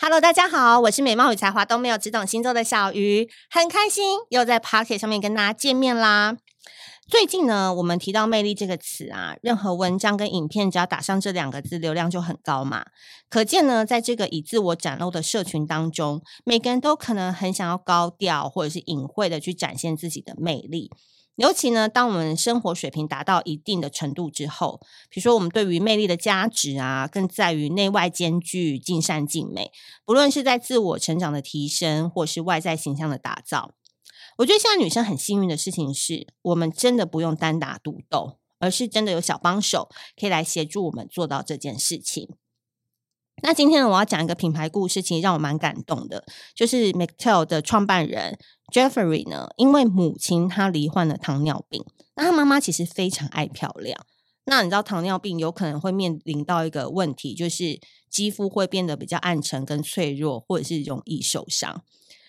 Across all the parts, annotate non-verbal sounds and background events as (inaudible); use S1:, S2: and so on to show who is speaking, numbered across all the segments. S1: Hello，大家好，我是美貌与才华都没有，只懂星座的小鱼，很开心又在 Pocket 上面跟大家见面啦。最近呢，我们提到魅力这个词啊，任何文章跟影片只要打上这两个字，流量就很高嘛。可见呢，在这个以自我展露的社群当中，每个人都可能很想要高调或者是隐晦的去展现自己的魅力。尤其呢，当我们生活水平达到一定的程度之后，比如说我们对于魅力的价值啊，更在于内外兼具、尽善尽美。不论是在自我成长的提升，或是外在形象的打造，我觉得现在女生很幸运的事情是，我们真的不用单打独斗，而是真的有小帮手可以来协助我们做到这件事情。那今天呢，我要讲一个品牌故事，其实让我蛮感动的，就是 McTell 的创办人 Jeffrey 呢，因为母亲她罹患了糖尿病，那她妈妈其实非常爱漂亮。那你知道糖尿病有可能会面临到一个问题，就是肌肤会变得比较暗沉跟脆弱，或者是容易受伤，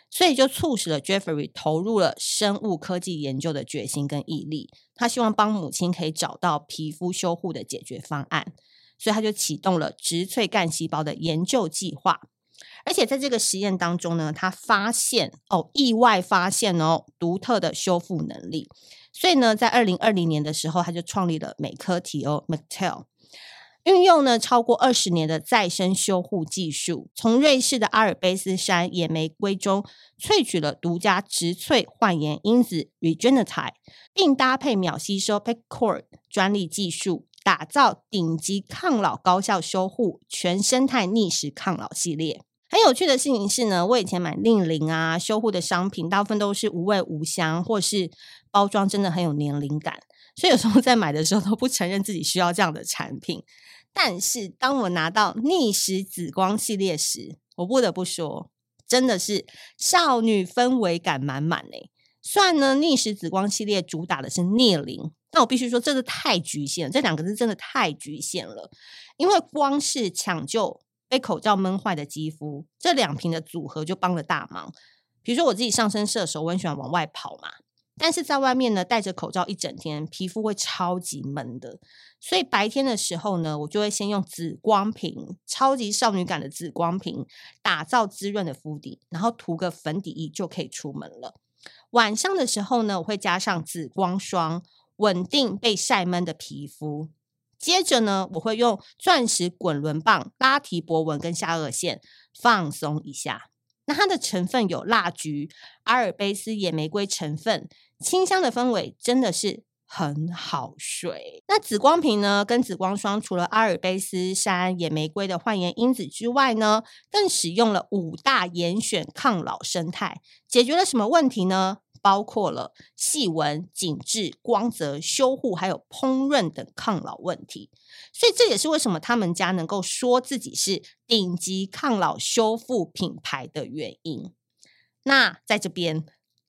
S1: 所以就促使了 Jeffrey 投入了生物科技研究的决心跟毅力。他希望帮母亲可以找到皮肤修护的解决方案，所以他就启动了植萃干细胞的研究计划。而且在这个实验当中呢，他发现哦，意外发现哦，独特的修复能力。所以呢，在二零二零年的时候，他就创立了美科提欧 （McTell），运用呢超过二十年的再生修护技术，从瑞士的阿尔卑斯山野玫瑰中萃取了独家植萃焕颜因子 （Regenitide），并搭配秒吸收 p e c c o r d 专利技术，打造顶级抗老高效修护全生态逆时抗老系列。很有趣的事情是呢，我以前买令玲啊修护的商品，大部分都是无味无香，或是包装真的很有年龄感，所以有时候在买的时候都不承认自己需要这样的产品。但是当我拿到逆时紫光系列时，我不得不说，真的是少女氛围感满满诶、虽然呢，逆时紫光系列主打的是逆龄，但我必须说，真的太局限了，这两个字真的太局限了。因为光是抢救被口罩闷坏的肌肤，这两瓶的组合就帮了大忙。比如说我自己上身射手，我很喜欢往外跑嘛，但是在外面呢戴着口罩一整天，皮肤会超级闷的。所以白天的时候呢，我就会先用紫光瓶，超级少女感的紫光瓶，打造滋润的肤底，然后涂个粉底液就可以出门了。晚上的时候呢，我会加上紫光霜，稳定被晒闷的皮肤。接着呢，我会用钻石滚轮棒拉提脖纹跟下颚线，放松一下。那它的成分有蜡菊、阿尔卑斯野玫瑰成分，清香的氛围真的是很好睡。那紫光瓶呢，跟紫光霜除了阿尔卑斯山野玫瑰的焕颜因子之外呢，更使用了五大严选抗老生态，解决了什么问题呢？包括了细纹、紧致、光泽、修护，还有烹饪等抗老问题。所以这也是为什么他们家能够说自己是顶级抗老修复品牌的原因。那在这边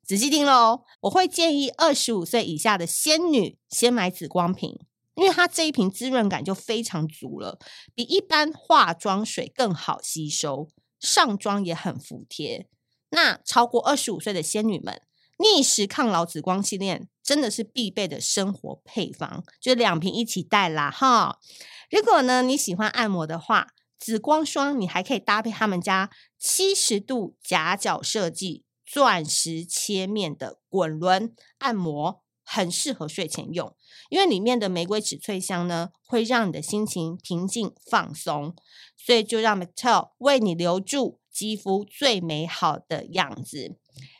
S1: 仔细听喽，我会建议二十五岁以下的仙女先买紫光瓶，因为它这一瓶滋润感就非常足了，比一般化妆水更好吸收，上妆也很服帖。那超过二十五岁的仙女们，逆时抗老紫光系列真的是必备的生活配方，就两瓶一起带啦哈。如果呢你喜欢按摩的话，紫光霜你还可以搭配他们家七十度夹角设计钻石切面的滚轮按摩，很适合睡前用，因为里面的玫瑰纸萃香呢，会让你的心情平静放松，所以就让 Mattel 为你留住肌肤最美好的样子。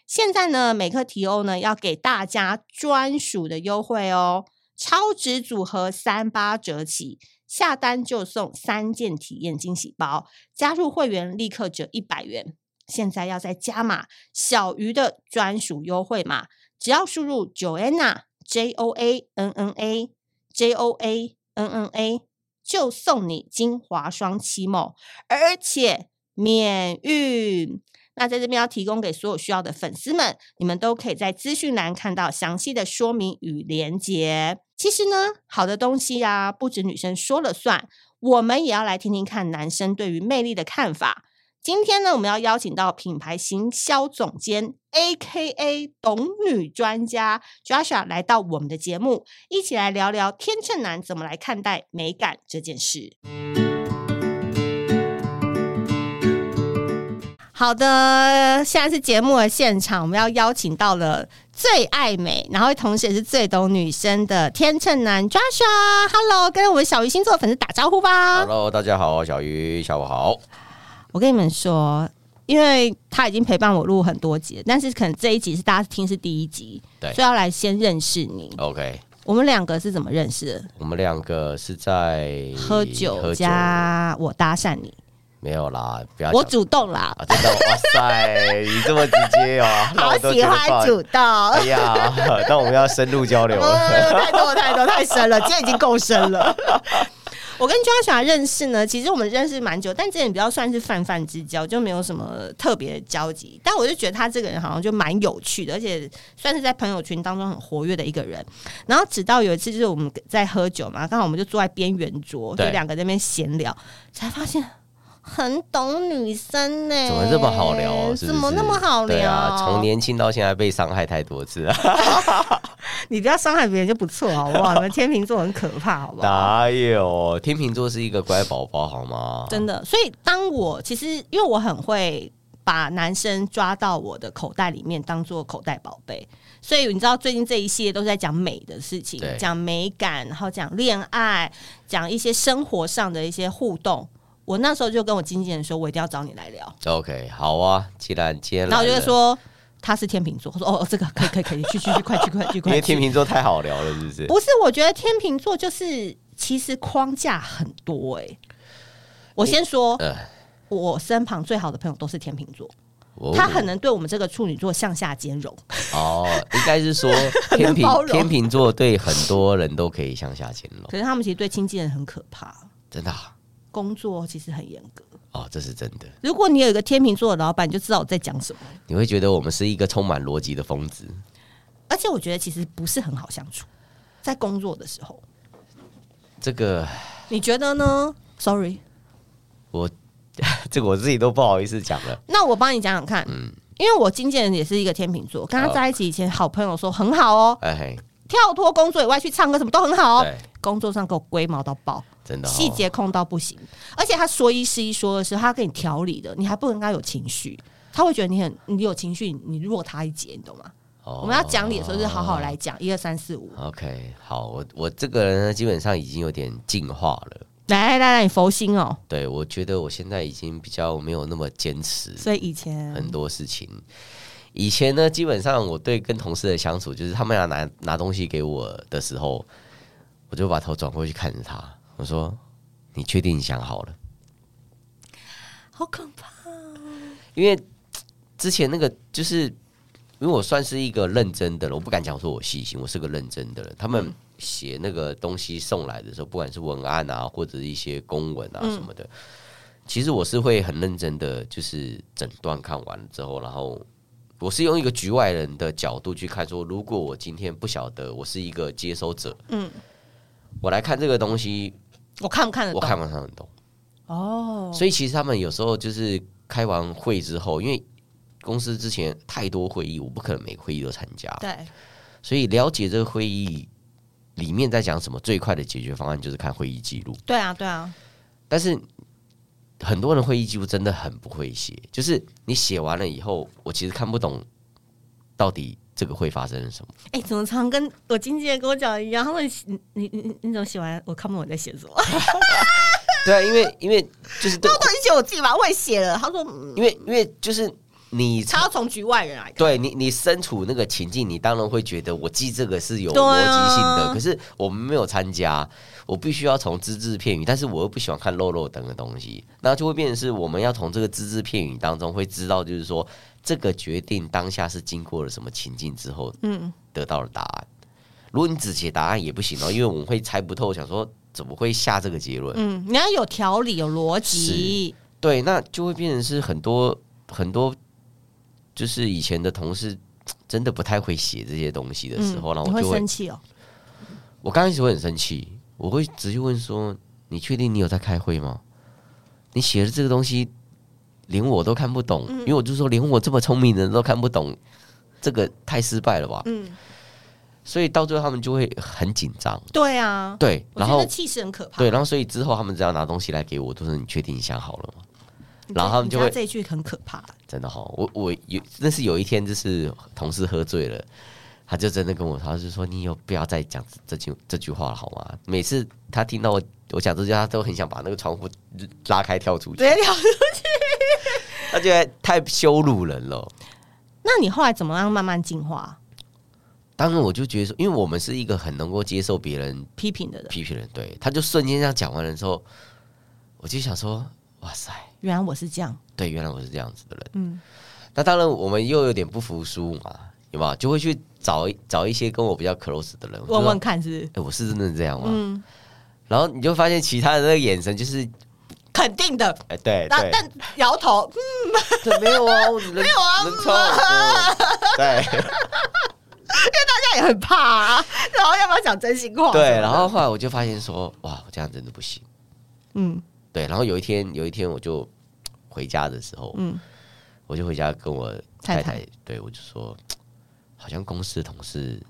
S1: 现在呢，美克提欧呢要给大家专属的优惠哦，超值组合三八折起，下单就送三件体验惊喜包，加入会员立刻折一百元。现在要再加码小鱼的专属优惠码，只要输入 Joanna J O A N N A J O A N N A，就送你精华霜七梦，而且免运。那在这边要提供给所有需要的粉丝们，你们都可以在资讯栏看到详细的说明与连结。其实呢，好的东西啊，不止女生说了算，我们也要来听听看男生对于魅力的看法。今天呢，我们要邀请到品牌行销总监 A.K.A. 懂女专家 Joshua 来到我们的节目，一起来聊聊天秤男怎么来看待美感这件事。好的，现在是节目的现场，我们要邀请到了最爱美，然后同时也是最懂女生的天秤男 Joshua，Hello，跟我们小鱼星座粉丝打招呼吧。
S2: Hello，大家好，小鱼，下午好。
S1: 我跟你们说，因为他已经陪伴我录很多集了，但是可能这一集是大家听是第一集，
S2: 对
S1: 所以要来先认识你。
S2: OK，
S1: 我们两个是怎么认识的？
S2: 我们两个是在
S1: 喝酒加我搭讪你，
S2: 没有啦，不要
S1: 我
S2: 讲
S1: 主动啦，
S2: 啊，真的，哇塞，你这么直接
S1: (laughs)
S2: 哦、那
S1: 好
S2: 我都
S1: 喜
S2: 觉得不
S1: 欢
S2: 好
S1: 主动。
S2: 哎呀， (laughs) 那我们要深入交流了。
S1: 呃 (laughs) 太多了太多太深了，今天已经够深了。我跟 Joshua 认识呢，其实我们认识蛮久，但之前比较算是泛泛之交，就没有什么特别的交集。但我就觉得他这个人好像就蛮有趣的，而且算是在朋友圈当中很活跃的一个人。然后直到有一次，就是我们在喝酒嘛，刚好我们就坐在边缘桌，就
S2: 对
S1: 两个在那边闲聊，才发现。很懂女生呢、
S2: 怎么这么好聊哦、是不是
S1: 怎么那么好
S2: 对
S1: 聊？
S2: 啊，从年轻到现在被伤害太
S1: (laughs)
S2: 多次了。
S1: 你不要伤害别人就不错，好不好？你们天秤座很可怕，好不好？
S2: 哪有？天秤座是一个乖宝宝，好吗？
S1: 真的。所以当我其实因为我很会把男生抓到我的口袋里面当做口袋宝贝，所以你知道最近这一系列都是在讲美的事情
S2: 对，
S1: 讲美感，然后讲恋爱，讲一些生活上的一些互动。我那时候就跟我经纪人说，我一定要找你来聊。
S2: OK，好啊，既然今天
S1: 然
S2: 来
S1: 后我就
S2: 了
S1: 会，说他是天秤座，我说哦，这个可以可以可以，去去去，快去快去
S2: 因
S1: 快
S2: 为
S1: 去
S2: 天。秤座太好聊了，是不是？
S1: 不是，我觉得天秤座就是其实框架很多哎、我先说，
S2: 嗯
S1: 我身旁最好的朋友都是天秤座，
S2: 我
S1: 他很能对我们这个处女座向下兼容。
S2: 哦，应该是说天
S1: 包容
S2: 秤天秤座对很多人都可以向下兼容，
S1: 可是他们其实对经纪人很可怕，
S2: 真的啊、
S1: 工作其实很严格。
S2: 哦，这是真的。
S1: 如果你有一个天秤座的老板，你就知道我在讲什么。
S2: 你会觉得我们是一个充满逻辑的疯子，
S1: 而且我觉得其实不是很好相处，在工作的时候，
S2: 这个
S1: 你觉得呢？Sorry，
S2: 我这个我自己都不好意思讲了。
S1: 那我帮你讲讲看。
S2: 嗯
S1: 因为我经纪人也是一个天秤座，跟他在一起以前，好朋友说很好哦，
S2: 哎嘿，
S1: 跳脱工作以外去唱歌什么都很好哦
S2: 对。
S1: 工作上给我龟毛到爆，
S2: 真的、哦、
S1: 细节控到不行，而且他说一是一，说二是二他跟你调理的，你还不能跟他有情绪，他会觉得你很你有情绪，你弱他一截，你懂吗？
S2: 哦
S1: 我们要讲理的时候，就是好好来讲，一二三四五，
S2: OK，好，我我这个人呢，基本上已经有点进化了。
S1: 来来来，你佛心哦。
S2: 对，我觉得我现在已经比较没有那么坚持
S1: 所以以前
S2: 很多事情。以前呢，基本上我对跟同事的相处，就是他们要拿拿东西给我的时候，我就把头转过去看着他，我说：“你确定你想好了
S1: 好可怕，？”
S2: 因为之前那个就是因为我算是一个认真的人，我不敢讲说我细心，我是个认真的人。他们写那个东西送来的时候，不管是文案啊，或者一些公文啊什么的，其实我是会很认真的，就是整段看完之后，然后我是用一个局外人的角度去看说如果我今天不晓得我是一个接收者，嗯，我来看这个东西，
S1: 我看不看得
S2: 我
S1: 懂？
S2: 看不看得懂。
S1: 哦，
S2: 所以其实他们有时候就是开完会之后，因为公司之前太多会议，我不可能每个会议都参加，
S1: 对，
S2: 所以了解这个会议里面在讲什么，最快的解决方案就是看会议记录。
S1: 对啊，对啊，
S2: 但是很多人会议记录真的很不会写，就是你写完了以后，我其实看不懂到底这个会发生什么。
S1: 哎，怎么常跟我经纪人跟我讲的一样？他们你你你你怎么写完？我看不懂我在写什么，我
S2: 对啊，因为因为就是对，
S1: 已经写我自己吧，我也写了。他说，嗯
S2: 因为因为就是你
S1: 他要从局外人来看，
S2: 对你，你身处那个情境，你当然会觉得我记这个是有
S1: 对
S2: 逻
S1: 啊
S2: 辑性的。可是我们没有参加，我必须要从只字片语，但是我又不喜欢看肉肉等的东西，那就会变成是我们要从这个只字片语当中会知道，就是说这个决定当下是经过了什么情境之后，
S1: 嗯
S2: 嗯，得到了答案。如果你只写答案也不行哦，因为我们会猜不透，想说怎么会下这个结论？
S1: 嗯，你要有条理，有逻辑，
S2: 对，那就会变成是很多很多，就是以前的同事真的不太会写这些东西的时候，然后
S1: 嗯你
S2: 我
S1: 会
S2: 就会
S1: 生，气哦。
S2: 我刚开始会很生气，我会直接问说：“你确定你有在开会吗？你写的这个东西连我都看不懂，
S1: 嗯
S2: 因为我就说连我这么聪明的人都看不懂，这个太失败了吧？”
S1: 嗯，
S2: 所以到最后他们就会很紧张，
S1: 对啊，
S2: 对，
S1: 我
S2: 然
S1: 觉
S2: 后
S1: 得气势很可怕。
S2: 对，然后所以之后他们只要拿东西来给我，都是你确定你想好了吗？
S1: 你这，
S2: 然后他们
S1: 你
S2: 就
S1: 知道
S2: 会
S1: 这一句很可怕，
S2: 真的哈、我我有那是有一天就是同事喝醉了，他就真的跟我说，他就说你有不要再讲这这句这句话了好吗？每次他听到我我讲这句话，他都很想把那个窗户拉开跳出去，
S1: 别聊。
S2: 他觉得太羞辱人了。
S1: 那你后来怎么样慢慢进化
S2: 当然，我就觉得说，因为我们是一个很能够接受别人
S1: 批评的人？
S2: 批评人，对，他就瞬间这样讲完了之后，我就想说，哇塞，
S1: 原来我是这样，
S2: 对，原来我是这样子的人。
S1: 嗯，
S2: 那当然，我们又有点不服输嘛，有没有？就会去找一找一些跟我比较 close 的人，我就说
S1: 问问看是不是
S2: 哎、我是真的这样吗？
S1: 嗯，
S2: 然后你就发现其他的那个眼神就是，
S1: 肯定的。
S2: 哎、对
S1: 那
S2: 对，
S1: 但摇头，
S2: 对没有啊，我没有啊，嗯人超好多， (laughs) 对
S1: 大家也很怕啊。 (laughs) 然后要不要讲真心话？
S2: 对。然后后来我就发现说，哇，我这样真的不行。
S1: 嗯
S2: 对，然后有一天，有一天我就回家的时候，
S1: 嗯，
S2: 我就回家跟我
S1: 太
S2: 太
S1: 太
S2: 太，对我就说，好像公司的同事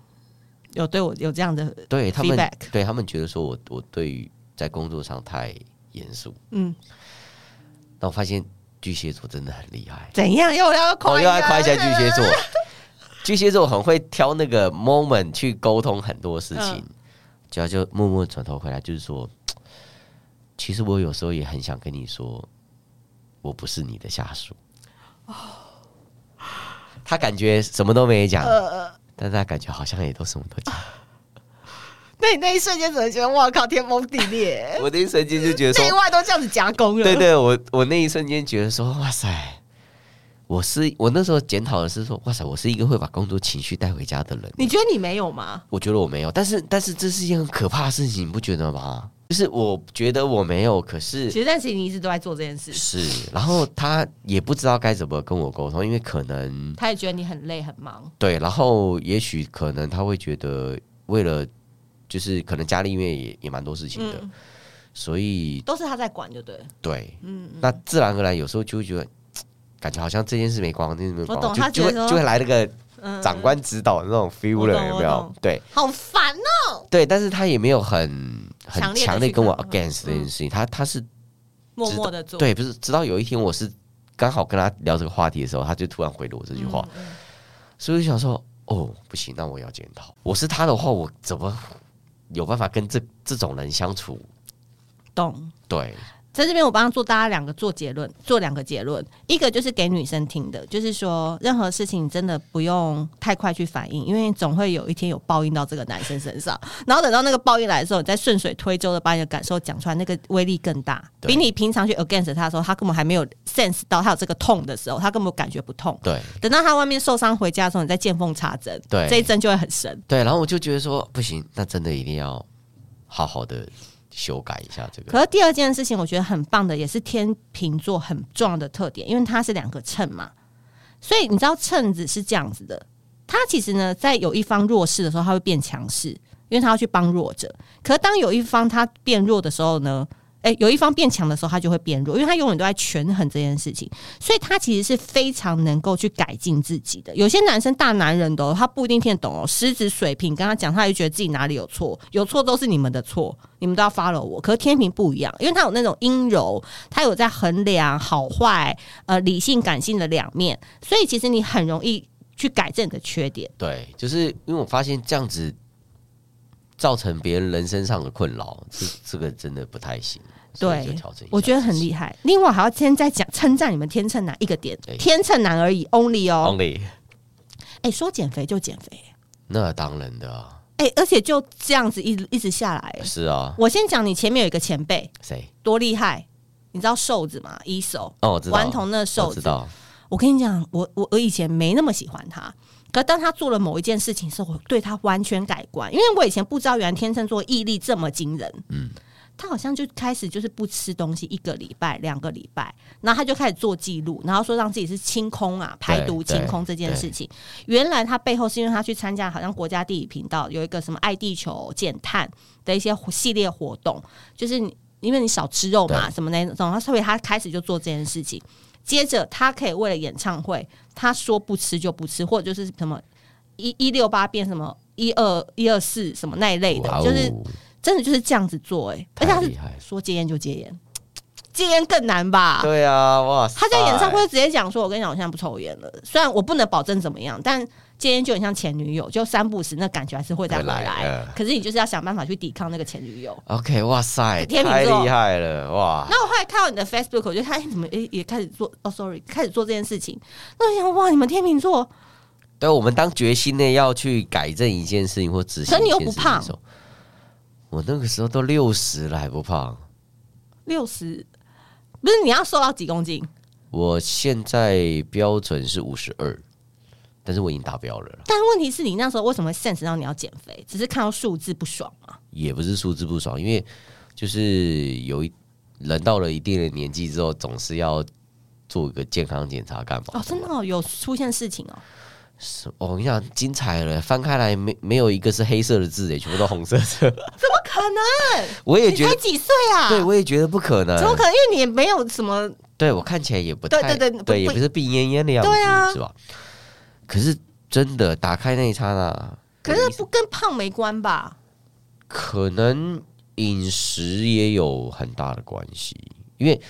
S1: 有对我有这样的，
S2: 对他们
S1: feedback
S2: 对他们觉得说我我对于在工作上太严肃，
S1: 嗯，
S2: 但我发现巨蟹座真的很厉害，
S1: 怎样又要
S2: 我
S1: 夸
S2: 哦又要夸一下巨蟹座，巨蟹座很会挑那个 moment 去沟通很多事
S1: 嗯
S2: 情，就要就默默转头回来，就是说，其实我有时候也很想跟你说，我不是你的下属。
S1: 哦
S2: 他感觉什么都没讲，
S1: 呃，
S2: 但是他感觉好像也都什么都讲。
S1: 那你那一瞬间怎么觉得哇靠，天崩地
S2: (laughs)
S1: 裂，
S2: 我那一瞬间就觉得说
S1: 内，外都这样子加工了。
S2: 对，对，我我那一瞬间觉得说，哇塞，我是我那时候检讨的是说，哇塞，我是一个会把工作情绪带回家的人。
S1: 你觉得你没有吗？
S2: 我觉得我没有，但是但是这是一件很可怕的事情，你不觉得吗？就是我觉得我没有，可是
S1: 其实但其实你一直都在做这件事，
S2: 是，然后他也不知道该怎么跟我沟通，因为可能
S1: 他也觉得你很累很忙，
S2: 对，然后也许可能他会觉得为了就是可能家里面也也蛮多事情的，
S1: 嗯
S2: 所以
S1: 都是他在管，就对了。
S2: 对，
S1: 嗯
S2: 那自然而然有时候就会觉得，嘖感觉好像这件事没光，那件事没
S1: 我懂
S2: 光，
S1: 他
S2: 就
S1: 觉
S2: 就会
S1: 得说
S2: 就会来那个
S1: 嗯
S2: 长官指导的那种 feel
S1: 我懂
S2: 了，有
S1: 我
S2: 没有
S1: 懂？
S2: 对
S1: 好烦哦、
S2: 对，但是他也没有很
S1: 强烈地
S2: 很
S1: 去嗯
S2: 强烈跟我
S1: 抗衡
S2: against 这件事情，他他是
S1: 默默的做。
S2: 对，不是直到有一天我是刚好跟他聊这个话题的时候，他就突然回了我这句
S1: 嗯
S2: 话，所以我就想说，哦，不行，那我要检讨，我是他的话，我怎么有办法跟这这种人相处？
S1: 懂。
S2: 对，
S1: 在这边，我帮做大家两个做结论，做两个结论。一个就是给女生听的，就是说任何事情真的不用太快去反应，因为总会有一天有报应到这个男生身
S2: (laughs)
S1: 上。然后等到那个报应来的时候，你再顺水推舟的把你的感受讲出来，那个威力更大。
S2: 对
S1: 比你平常去 against 他的时候，他根本还没有 sense 到他有这个痛的时候，他根本感觉不痛。
S2: 对，
S1: 等到他外面受伤回家的时候，你再见缝插针，
S2: 对
S1: 这一针就会很深。
S2: 对，然后我就觉得说不行，那真的一定要好好的修改一下这个。
S1: 可是第二件事情，我觉得很棒的，也是天秤座很重要的特点，因为它是两个秤嘛，所以你知道秤子是这样子的，它其实呢，在有一方弱势的时候，它会变强势，因为它要去帮弱者。可是当有一方它变弱的时候呢，诶、有一方变强的时候，它就会变弱，因为它永远都在权衡这件事情，所以它其实是非常能够去改进自己的。有些男生大男人的、哦，他不一定听得懂哦，狮子水平跟他讲，他就觉得自己哪里有错，有错都是你们的错，你们都要 follow 我。可是天平不一样，因为他有那种阴柔，他有在衡量好坏，呃，理性感性的两面，所以其实你很容易去改正你的缺点。
S2: 对，就是因为我发现这样子造成别人人身上的困扰，这这个真的不太行。所以
S1: 对
S2: 就调整一下
S1: 我觉得很厉害。另外还要先再讲称赞你们天秤男一个点
S2: 对，
S1: 天秤男而已，only
S2: 害
S1: 哦。
S2: Only，
S1: 哎、说减肥就减肥，
S2: 那当然的啊、
S1: 哎、而且就这样子一直一直下来。
S2: 是啊，
S1: 我先讲你前面有一个前辈
S2: 谁？
S1: 多厉害，你知道瘦子吗？一手
S2: 哦，我知道，
S1: 顽童那瘦
S2: 我知
S1: 子，
S2: 道，
S1: 我跟你讲，我我我以前没那么喜欢他。可当他做了某一件事情的时候，我对他完全改观，因为我以前不知道原来天秤座毅力这么惊人。
S2: 嗯
S1: 他好像就开始就是不吃东西一个礼拜、两个礼拜，然后他就开始做记录，然后说让自己是清空啊、排毒、
S2: 对
S1: 清空这件事情。原来他背后是因为他去参加好像国家地理频道有一个什么爱地球、减碳的一些系列活动，就是你因为你少吃肉嘛，什么那种，他所以他开始就做这件事情。接着他可以为了演唱会，他说不吃就不吃，或者就是什么一一六八变什么一二一二四什么那一类的，
S2: 哇哦
S1: 就是真的就是这样子做、欸，哎，而且
S2: 太
S1: 他是
S2: 厉害了，
S1: 说戒烟就戒烟，戒烟更难吧？
S2: 对啊，哇塞！
S1: 他在演唱会直接讲说：“我跟你讲，我现在不抽烟了。虽然我不能保证怎么样，但戒烟就很像前女友，就三不五时那感觉还是会再回
S2: 会来
S1: 来
S2: 嗯。
S1: 可是你就是要想办法去抵抗那个前女友。
S2: OK，哇塞，
S1: 天秤
S2: 太
S1: 座
S2: 厉害了哇！
S1: 那我后来看到你的 Facebook，我就看哎你们也也开始做哦，sorry，开始做这件事情。那我想哇，你们天秤座，
S2: 对我们当决心呢要去改正一件事情或执行
S1: 可
S2: 一
S1: 你又
S2: 件事
S1: 不
S2: 情
S1: 胖
S2: 的时候，我那个时候都六十了还不胖，
S1: 六十，不是你要瘦到几公斤？
S2: 我现在标准是五十二，但是我已经达标了啦，
S1: 但问题是你那时候为什么 sense 到你要减肥？只是看到数字不爽嘛？
S2: 也不是数字不爽，因为就是有一人到了一定的年纪之后，总是要做一个健康检查干嘛
S1: 哦，真的、哦、有出现事情哦。
S2: 是哦，你想精彩了，翻开来没没有一个是黑色的字诶，全部都红色的，
S1: (laughs) 怎么可能？
S2: (laughs) 我也
S1: 你
S2: 觉得哎
S1: 才。几岁啊？
S2: 对，我也觉得不可能。
S1: 怎么可能？因为你也没有什么
S2: 对我看起来也不
S1: 对
S2: 太
S1: 对对不
S2: 也
S1: 不
S2: 不是病恹恹的样子，
S1: 对啊
S2: 是吧？可是真的打开那一刹那，
S1: 可是不跟胖没关吧？
S2: 可能饮食也有很大的关系，因为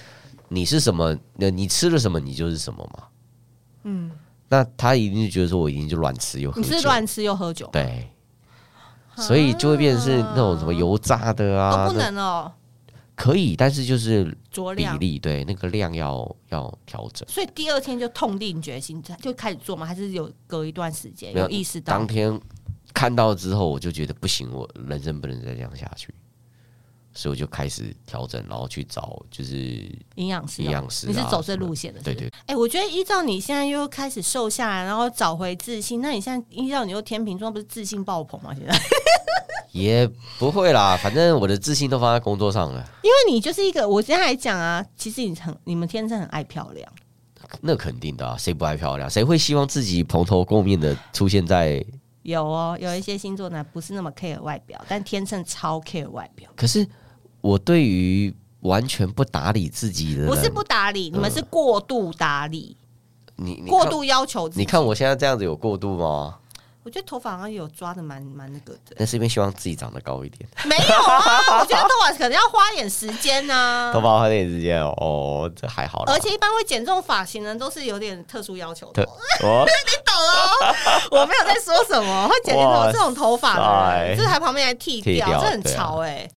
S2: 你是什么，呃你吃了什么，你就是什么嘛。嗯，那他一定就觉得说我一定就乱吃又喝
S1: 你
S2: 酒
S1: 是，乱吃又喝酒，
S2: 对，所以就会变成是那种什么油炸的
S1: 哦
S2: 啊，
S1: 不
S2: 那
S1: 能哦，
S2: 可以，但是就是
S1: 酌
S2: 比
S1: 量。
S2: 例对那个量要要调整。
S1: 所以第二天就痛定决心，就开始做吗？还是有隔一段时间
S2: 没有
S1: 有意识到
S2: 当？天看到之后，我就觉得不行，我人生不能再这样下去，所以我就开始调整，然后去找就是
S1: 营养师哦，
S2: 营养师啊
S1: 你是走这路线的，
S2: 对
S1: 是不是
S2: 对
S1: 哎、我觉得依照你现在又开始瘦下来，然后找回自信，那你现在依照你又天秤座，不是自信爆棚吗？现在， (laughs)
S2: 也不会啦，反正我的自信都放在工作上了，
S1: 因为你就是一个，我现在来讲啊，其实你很，你们天生很爱漂亮，
S2: 那肯定的、啊，谁不爱漂亮？谁会希望自己蓬头垢面的出现在？
S1: 有哦，有一些星座呢不是那么 care 外表，但天秤超 care 外表，
S2: 可是我对于完全不打理自己的人，
S1: 不是不打理，你们是过度打理，
S2: 嗯你你看
S1: 过，度要求自
S2: 你
S1: 己。
S2: 看我现在这样子有过度吗？
S1: 我觉得头发好像有抓的蛮蛮那个的，
S2: 那是因为希望自己长得高一点， (laughs)
S1: 没有啊，我觉得头发可能要花点时间啊呢、
S2: 头发花点时间哦哦，这还好啦。
S1: 而且一般会剪这种发型的人都是有点特殊要求的
S2: 特，哦，
S1: 懂哦，
S2: (laughs)
S1: 我没有在说什么，会剪这种
S2: 哇
S1: 这种头发的人，
S2: 塞
S1: 这还旁边还剃
S2: 剃
S1: 掉，
S2: 掉
S1: 这很
S2: 对啊
S1: 潮哎、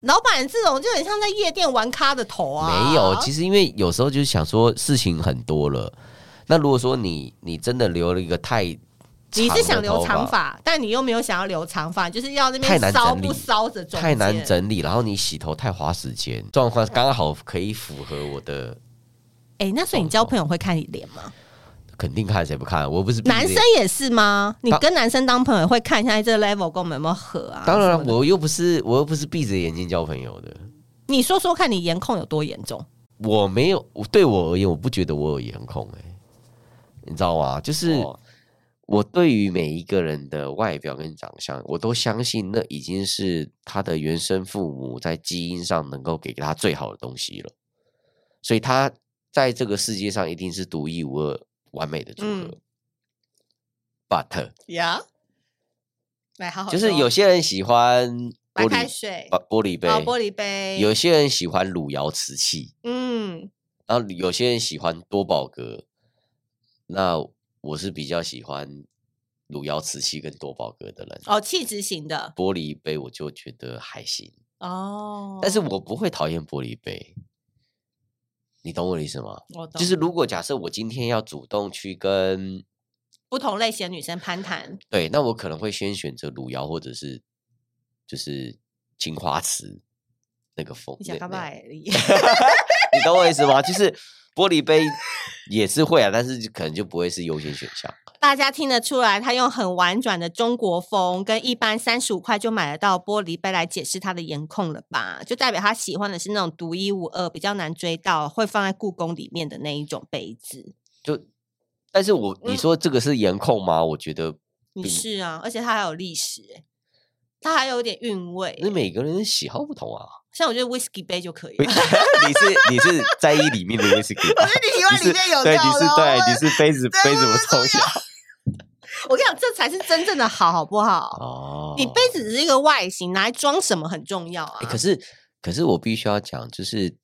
S1: 老板这种就很像在夜店玩咖的头啊，
S2: 没有，其实因为有时候就是想说事情很多了，那如果说你你真的留了一个太长
S1: 你
S2: 的
S1: 是想留
S2: 头
S1: 长发，但你又没有想要留长发，就是要那
S2: 太
S1: 边
S2: 难
S1: 烧
S2: 整理
S1: 不烧着中间
S2: 太难。整理，然后你洗头太花时间，状况刚好可以符合我的。
S1: 哎、那所以你交朋友会看你脸吗？
S2: 肯定看谁不看，我不是
S1: 男
S2: 闭
S1: 生
S2: 着眼
S1: 也是吗？你跟男生当朋友会看一下这个 level 跟我们有没有合啊？
S2: 当
S1: 什
S2: 然
S1: 么的
S2: 我又不是我又不是闭着眼睛交朋友的，
S1: 你说说看你颜控有多严重？
S2: 我没有，我对我而言，我不觉得我有颜控哎、你知道吗？就是。
S1: 哦
S2: 我对于每一个人的外表跟长相，我都相信那已经是他的原生父母在基因上能够给他最好的东西了，所以他在这个世界上一定是独一无二、完美的组合。
S1: 嗯
S2: But
S1: 呀，来好好啊
S2: 就是有些人喜欢
S1: 白
S2: 玻
S1: 开
S2: 璃
S1: 水，
S2: 把玻璃杯，
S1: 哦，玻璃杯，
S2: 有些人喜欢汝窑瓷器，
S1: 嗯，
S2: 然后有些人喜欢多宝格，那我是比较喜欢汝窑瓷器跟多宝格的人。
S1: 哦哦，气质型的，
S2: 玻璃杯我就觉得还行，
S1: 哦，
S2: 但是我不会讨厌玻璃杯，你懂我的意思吗？
S1: 我懂
S2: 就是如果假设我今天要主动去跟
S1: 不同类型的女生攀谈，
S2: 对，那我可能会先选择汝窑或者是就是青花瓷那个风，
S1: 你想
S2: 那
S1: 干
S2: 那
S1: 嘛而已？
S2: (laughs) 你懂我意思吗？就是玻璃杯也是会啊，但是就可能就不会是优先选项。
S1: 大家听得出来，他用很婉转的中国风，跟一般三十五块就买得到玻璃杯来解释他的颜控了吧？就代表他喜欢的是那种独一无二、比较难追到、会放在故宫里面的那一种杯子。
S2: 但是我
S1: 嗯
S2: 你说这个是颜控吗？我觉得
S1: 你
S2: 并
S1: 是啊，而且它还有历史、欸，它还有点韵味欸、
S2: 那每个人的喜好不同啊。
S1: 像我觉得 whisky 杯就可以了。
S2: (laughs) 你是你是在意
S1: (laughs)
S2: 里面的 whisky 吧
S1: 可是你喜欢
S2: 你
S1: 里
S2: 是
S1: 面有
S2: 对
S1: 照
S2: 你是
S1: 的哦
S2: 对你是杯子
S1: 对
S2: 杯子
S1: 我
S2: 不
S1: 是
S2: 重要
S1: 我跟你讲，这才是真正的好，好不好？
S2: 哦
S1: 你杯子只是一个外形，拿来装什么很重要啊。
S2: 欸可是，可是我必须要讲，就是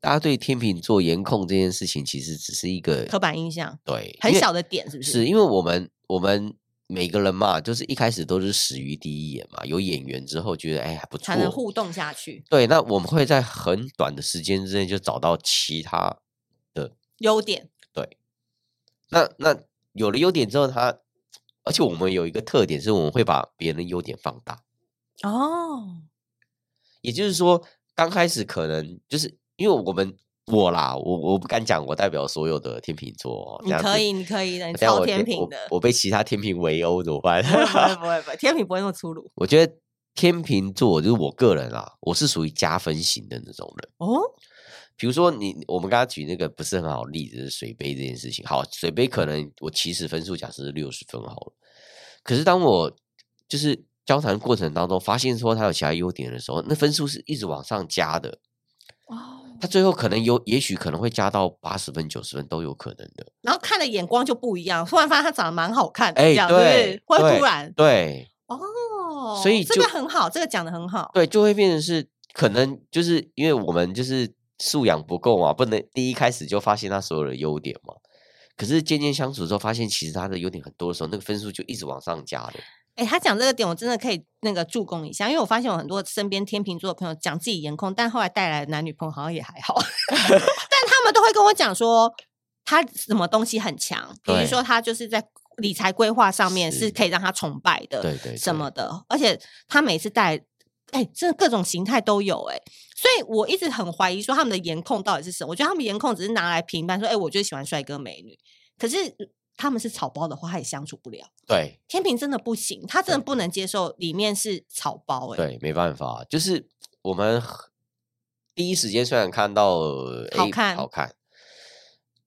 S2: 大家对天秤座颜控这件事情，其实只是一个
S1: 刻板印象
S2: 对
S1: 很
S2: 因为
S1: 小的点，是不
S2: 是因为我们我们每个人嘛，就是一开始都是始于第一眼嘛，有眼缘之后觉得哎还不错
S1: 才，能互动下去。
S2: 对，那我们会在很短的时间之内就找到其他，
S1: 优点
S2: 那那有了优点之后他，而且我们有一个特点是，我们会把别人的优点放大。
S1: 哦，
S2: 也就是说，刚开始可能就是因为我们我啦，我我不敢讲，我代表所有的天秤座哦，
S1: 你
S2: 这样子
S1: 可以，你可以的，你
S2: 等下
S1: 超
S2: 我
S1: 天
S2: 被
S1: 平
S2: 我
S1: 的，
S2: 我被其他天秤围殴怎么
S1: (laughs)
S2: 办 (laughs)
S1: 不？会不会不会不会，天平不会那么粗鲁
S2: 我觉得天秤座就是我个人啊，我是属于加分型的那种人。
S1: 哦。
S2: 比如说你，我们刚刚举那个不是很好的例子，就是水杯这件事情。好，水杯可能我起始分数假设是六十分好了，可是当我就是交谈过程当中发现说他有其他优点的时候，那分数是一直往上加的。
S1: 哦，
S2: 他最后可能有，也许可能会加到八十分、九十分都有可能的。
S1: 然后看的眼光就不一样，突然发现他长得蛮好看的，
S2: 哎
S1: 这样是不
S2: 对
S1: 是会
S2: 对
S1: 突然
S2: 对
S1: 哦，
S2: 所以
S1: 这
S2: 就
S1: 个很好，这个讲的很好，
S2: 对，就会变成是可能就是因为我们就是素养不够嘛，不能第一开始就发现他所有的优点嘛。可是渐渐相处之后，发现其实他的优点很多的时候，那个分数就一直往上加的。
S1: 哎、他讲这个点，我真的可以那个助攻一下，因为我发现我很多身边天秤座的朋友讲自己颜控，但后来带来的男女朋友好像也还
S2: (laughs)
S1: 好，但他们都会跟我讲说他什么东西很强，比如
S2: 对
S1: 说他就是在理财规划上面是
S2: 是
S1: 可以让他崇拜的，
S2: 对对
S1: 什
S2: 对
S1: 么的，而且他每次带，哎、真的各种形态都有、哎，所以我一直很怀疑说他们的颜控到底是什么，我觉得他们颜控只是拿来评判说，哎、我就喜欢帅哥美女，可是他们是草包的话，他也相处不了。
S2: 对
S1: 天平真的不行，他真的不能接受里面是草包哎、
S2: 对，没办法，就是我们很第一时间虽然看到
S1: 好
S2: 诶
S1: 看
S2: 好看，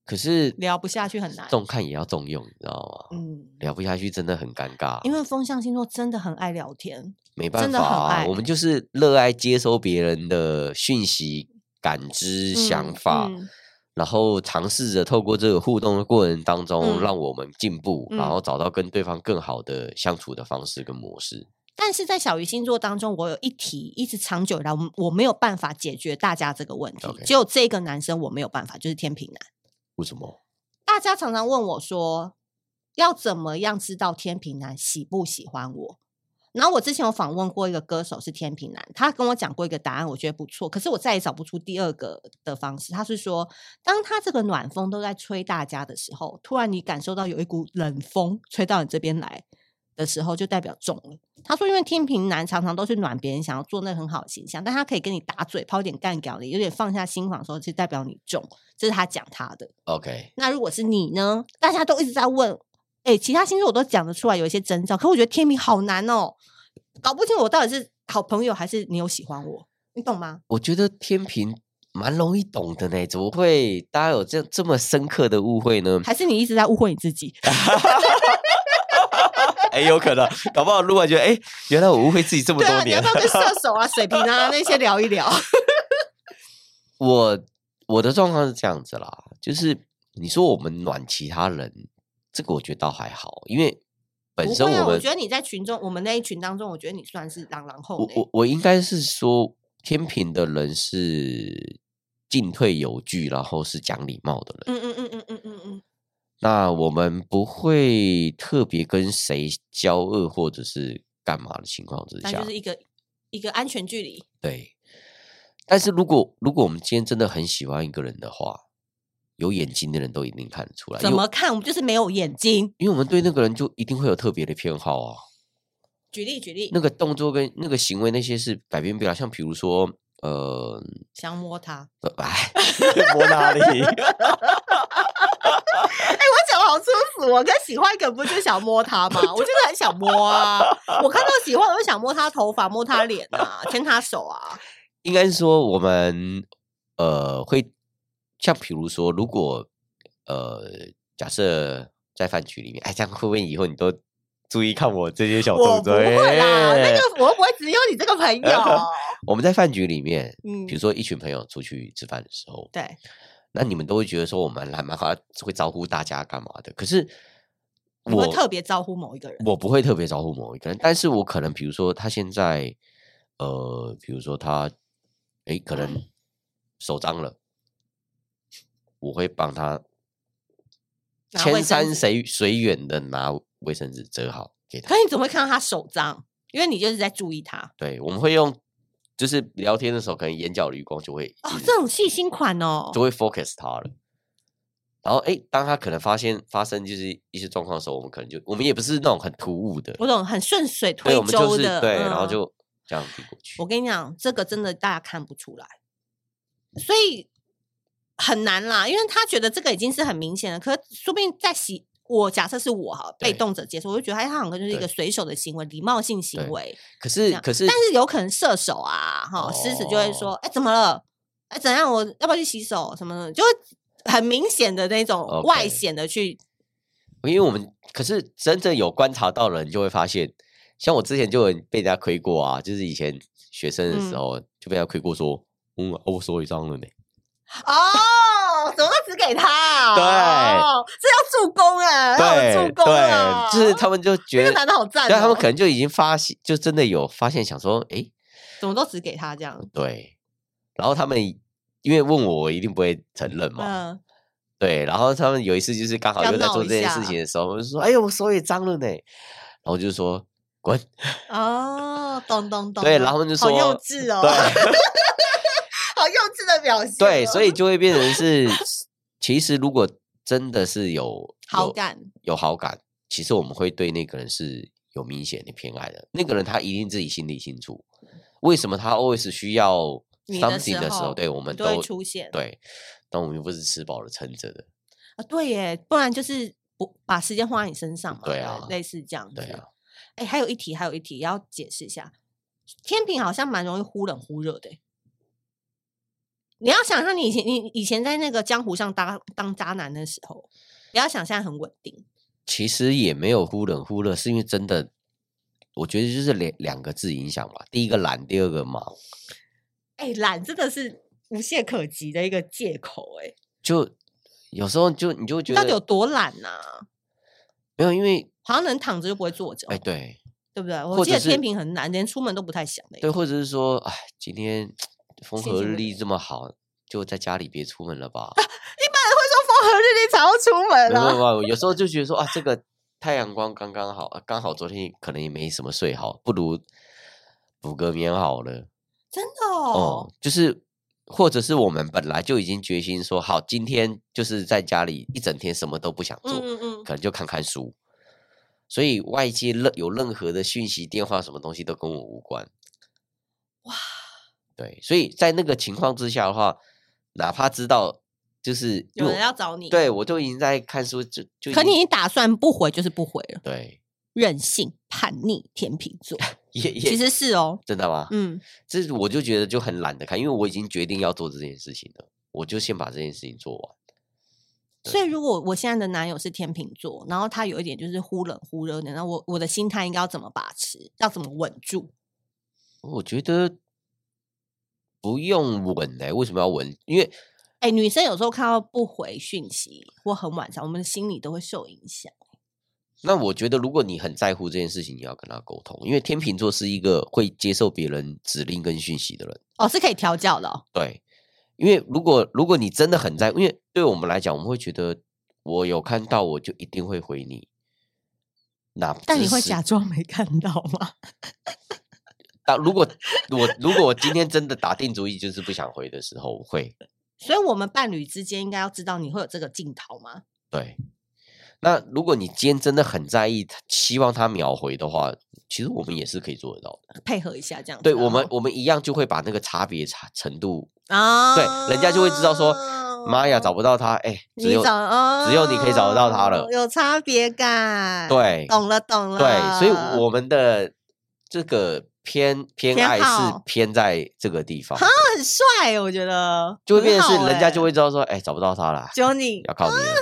S2: 可是
S1: 聊不下去很难
S2: 重看也要重用，你知道吗？
S1: 嗯，
S2: 聊不下去真的很尴尬，
S1: 因为风象星座真的很爱聊天，
S2: 没办
S1: 真的
S2: 法、
S1: 很
S2: 啊
S1: 爱，
S2: 我们就是热爱接收别人的讯息、感知、想
S1: 嗯
S2: 法，
S1: 嗯
S2: 然后尝试着透过这个互动的过程当中，
S1: 嗯
S2: 让我们进步，
S1: 嗯
S2: 然后找到跟对方更好的相处的方式跟模式。
S1: 但是在小鱼星座当中，我有一题一直长久以来，我我没有办法解决大家这个问题
S2: OK
S1: 只有这个男生我没有办法，就是天平男。
S2: 为什么？
S1: 大家常常问我说，要怎么样知道天平男喜不喜欢我？然后我之前有访问过一个歌手是天平男，他跟我讲过一个答案，我觉得不错，可是我再也找不出第二个的方式。他是说，当他这个暖风都在吹大家的时候，突然你感受到有一股冷风吹到你这边来的时候，就代表中了。他说，因为天平男常常都是暖别人，想要做那个很好的形象，但他可以跟你打嘴炮，有点干掉你，有点放下心防的时候，就代表你中。这是他讲他的。
S2: OK，
S1: 那如果是你呢？大家都一直在问，哎、其他星座我都讲得出来有一些征兆，可我觉得天平好难哦，搞不清我到底是好朋友还是你有喜欢我，你懂吗？
S2: 我觉得天平蛮容易懂的呢，怎么会大家有这这么深刻的误会呢？
S1: 还是你一直在误会你自己？
S2: (laughs)
S1: (laughs)
S2: 哎，有可能，搞不好如果觉得哎，原来我误会自己这么
S1: 对啊，
S2: 多
S1: 你
S2: 年
S1: 要不。要跟射手啊、水瓶啊那些聊一聊？
S2: 我我的状况是这样子啦，就是你说我们暖其他人，这个我觉得倒还好，因为 (laughs) 本
S1: 不
S2: 身
S1: 会啊，
S2: 我
S1: 我
S2: 们、
S1: 觉得你在群众，我们那一群当中，我觉得你算是朗朗后
S2: 我
S1: 呢。
S2: 我我应该是说天平的人是进退有据，然后是讲礼貌的人。
S1: 嗯嗯嗯嗯嗯嗯嗯，
S2: 那我们不会特别跟谁交恶或者是干嘛的情况之
S1: 那
S2: 下，
S1: 就是一个一个安全距离。
S2: 对，但是如果如果我们今天真的很喜欢一个人的话，有眼睛的人都一定看得出来，因
S1: 怎
S2: 为
S1: 么看我们就是没有眼睛。
S2: 因为我们对那个人就一定会有特别的偏好啊。
S1: 举例举例
S2: 那，个动作跟那个行为那些是改变不了，像比如说，呃，
S1: 想摸他。
S2: 呃
S1: (laughs)
S2: 哎，摸哪里？
S1: 哎、我讲的好粗俗哦，可是喜欢一个人不就想摸他
S2: (laughs)
S1: 吗？我真的很想摸啊！我看到喜欢，我就想摸他头发、摸他脸啊、牵他手啊。
S2: 应该是说我们呃会像比如说，如果呃假设在饭局里面，哎，这样会不会以后你都注意看我这些小
S1: 我
S2: 动
S1: 不
S2: 作？
S1: 会啦，那
S2: (laughs) 哎
S1: 个我又不会只有你这个朋
S2: (laughs)
S1: 友。
S2: 我们在饭局里面，
S1: 嗯
S2: 比，如说一群朋友出去吃饭的时候，
S1: 对，
S2: 那你们都会觉得说我们还蛮好，会招呼大家干嘛的？可是
S1: 你会
S2: 我
S1: 特别招呼某一个人。
S2: 我不会特别招呼某一个人，但是我可能比如说他现在，呃，比如说他，诶，可能手脏了，我会帮他
S1: 拿卫生
S2: 千山
S1: 纸
S2: 谁水远的拿卫生纸折好给他
S1: 可。你怎么会看到他手脏？因为你就是在注意他。
S2: 对，我们会用，就是聊天的时候，可能眼角余光就会
S1: 哦
S2: 一，直
S1: 这种细心款哦
S2: 就。会 focus 他了。然后，诶，当他可能发现发生就是一些状况的时候，我们可能就我们也不是那种很突兀的，
S1: 我懂，很顺水推
S2: 对，我们就
S1: 舟
S2: 是
S1: 的。
S2: 对，然后
S1: 嗯
S2: 就这样递过去
S1: 我。跟你讲，这个真的大家看不出来，所以很难啦，因为他觉得这个已经是很明显了，可说不定在喜。我假设是我哈，被
S2: 对
S1: 动者接受，我就觉得他好像就是一个
S2: 对
S1: 随手的行为，礼貌性行
S2: 对
S1: 为
S2: 可
S1: 这
S2: 是
S1: 样。
S2: 可是哦
S1: 但是有可能射手啊，哈，狮子就会说，哎、怎么了？哎、怎样？我要不要去洗手？什么的，就会很明显的那种外
S2: OK
S1: 显的去
S2: 因为我们可是真正有观察到的人，就会发现，像我之前就有被人家亏过啊，就是以前学生的时
S1: 嗯
S2: 候、就被人家亏过说，嗯，啊我手也脏了呢。
S1: 哦，怎么都只给他、啊？对，这要助攻啊，
S2: 对
S1: 要有助攻啊，
S2: 对，就是他们就
S1: 这
S2: 觉
S1: 个
S2: 得，
S1: 男的好赞、哦，
S2: 对，他们可能就已经发现，就真的有发现，想说，诶，
S1: 怎么都只给他这样，
S2: 对，然后他们因为问我，我一定不会承认 (laughs) 嘛，
S1: 嗯，
S2: 对，然后他们有一次就是刚好
S1: 要
S2: 又在
S1: 闹
S2: 做
S1: 一
S2: 这件
S1: 下
S2: 事情的时候，我就说，哎呦，我手也脏了呢，然后我就说滚，
S1: 哦，咚咚咚，
S2: 对，然后他们就说
S1: 好幼稚哦，
S2: 对。
S1: (laughs) 好幼稚的表现哦，
S2: 对，所
S1: (laughs)
S2: 以就会变成是，其实如果真的是有
S1: 好
S2: 有
S1: 感
S2: 有好感，其实我们会对那个人是有明显的偏爱的。那个人他一定自己心里清楚，为什么他 always 需要
S1: 你的
S2: something 的时候，对我们
S1: 你都会
S2: 都
S1: 出现，
S2: 对，但我们又不是吃饱了撑着的，
S1: 啊，对耶，不然就是不把时间花在你身上嘛，
S2: 对啊
S1: 类似这样子，
S2: 对啊。
S1: 哎，还有一题，还有一题要解释一下，天平好像蛮容易忽冷忽热的欸。你要想象你以前你以前在那个江湖上当当渣男的时候，不要想现在很稳定，
S2: 其实也没有忽冷忽热，是因为真的，我觉得就是两两个字影响吧。第一个懒，第二个忙。
S1: 哎、懒真的是无懈可击的一个借口、欸，哎，
S2: 就有时候就你就会觉
S1: 到底有
S2: 得
S1: 多懒呐、啊？
S2: 没有，因为
S1: 好像能躺着就不会坐着，
S2: 哎对。
S1: 对不对？
S2: 或
S1: 我记
S2: 者
S1: 得天
S2: 是
S1: 平很难，连出门都不太想的、
S2: 对，或者是说，哎，今天风
S1: 心
S2: 和
S1: 情
S2: 日
S1: 不
S2: 丽这么好，就在家里别出门了
S1: (laughs)
S2: 吧？
S1: 风和日丽才要出门
S2: 没有没有
S1: 了，
S2: 没有，有时候就觉得说啊，这个太阳光刚刚好，啊刚好昨天可能也没什么睡好，不如补个眠好了。
S1: 真的哦。
S2: 哦、就是或者是我们本来就已经决心说好，今天就是在家里一整天什么都不想做，
S1: 嗯嗯嗯，
S2: 可能就看看书。所以外界任有任何的讯息、电话、什么东西都跟我无关。
S1: 哇，
S2: 对，所以在那个情况之下的话，哪怕知道就是因
S1: 有
S2: 为
S1: 人
S2: 我
S1: 要找你，
S2: 对，我就已经在看书，就就已
S1: 可
S2: 经
S1: 你已经打算不回就是不回了，
S2: 对
S1: 任性、叛逆、天秤
S2: (laughs)
S1: 座，
S2: 也也
S1: 其实是
S2: (laughs)
S1: 哦，
S2: 真的吗？
S1: 嗯，
S2: 这是我就觉得就很懒得看，因为我已经决定要做这件事情了，我就先把这件事情做完。对
S1: 所以如果我现在的男友是天秤座，然后他有一点就是忽冷忽热的，那我我的心态应该要怎么把持，要怎么稳住？
S2: 我觉得不用稳哎、为什么要稳？因为
S1: 哎、女生有时候看到不回讯息或很晚上，我们的心里都会受影响。
S2: 那我觉得，如果你很在乎这件事情，你要跟他沟通，因为天秤座是一个会接受别人指令跟讯息的人。
S1: 哦，是可以调教的、哦，
S2: 对，因为如果如果你真的很在乎，因为对我们来讲，我们会觉得我有看到，我就一定会回你。那
S1: 但
S2: 只
S1: 你会
S2: 是
S1: 假装没看到吗？
S2: 当如果我如果我今天真的打定主意就是不想回的时候，我会
S1: (laughs) 所以我们伴侣之间应该要知道你会有这个镜头吗？
S2: 对。那如果你今天真的很在意，希望他秒回的话，其实我们也是可以做得到的。
S1: 配合一下这样子啊。
S2: 对我们，我们一样就会把那个差别差程度，
S1: 啊，
S2: 对人家就会知道说妈呀，找不到他，哎，只
S1: 你
S2: 有
S1: 找哦，
S2: 只有你可以找得到他了
S1: 有差别感。，
S2: 对
S1: 懂了懂了。
S2: 对，所以我们的这个偏偏
S1: 偏
S2: 爱是
S1: 好
S2: 偏在这个地方的，
S1: 他很帅，哦我觉得
S2: 就会
S1: 很
S2: 变成
S1: 好
S2: 是人家
S1: 欸
S2: 就会知道说，哎，找不到他了，
S1: 只有你，
S2: 要靠你了。
S1: 就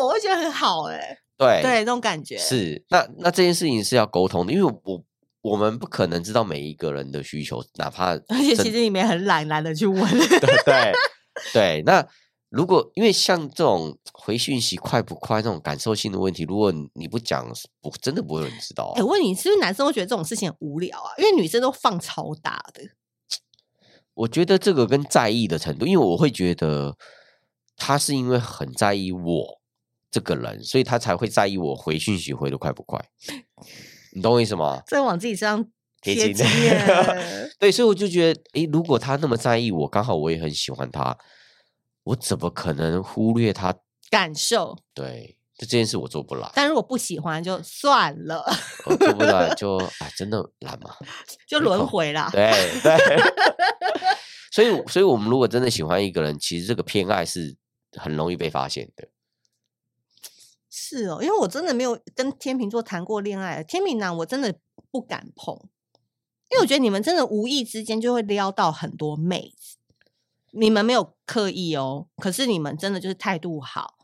S1: 是我会觉得很好哎，
S2: 对
S1: 对，那种感觉
S2: 是，那那这件事情是要沟通的，因为我我们不可能知道每一个人的需求，
S1: (laughs)
S2: 哪怕
S1: 而且
S2: 真
S1: 其实你们也很懒，懒得去问。
S2: (laughs) 对对对。那如果因为像这种回讯息快不快那种感受性的问题，如果你你不讲，不真的不会有人知道啊、
S1: 哎，我问你，是不是男生会觉得这种事情很无聊啊？因为女生都放超大的，
S2: 我觉得这个跟在意的程度，因为我会觉得他是因为很在意我这个人，所以他才会在意我回讯息回的快不快。你懂我意思吗？
S1: 这往自己身上
S2: 贴
S1: 贴
S2: 金 (laughs)
S1: 金耶
S2: 对，所以我就觉得，诶，如果他那么在意我，刚好我也很喜欢他，我怎么可能忽略他？
S1: 感受。
S2: 对，这件事我做不来，
S1: 但如果不喜欢就算了， (laughs)
S2: 我做不来就哎，真的懒嘛。
S1: 就轮回啦。
S2: 对对， (laughs) 所以所以我们如果真的喜欢一个人，其实这个偏爱是很容易被发现的。
S1: 是哦，因为我真的没有跟天秤座谈过恋爱，天秤男我真的不敢碰，因为我觉得你们真的无意之间就会撩到很多妹子，你们没有刻意哦，可是你们真的就是态度好。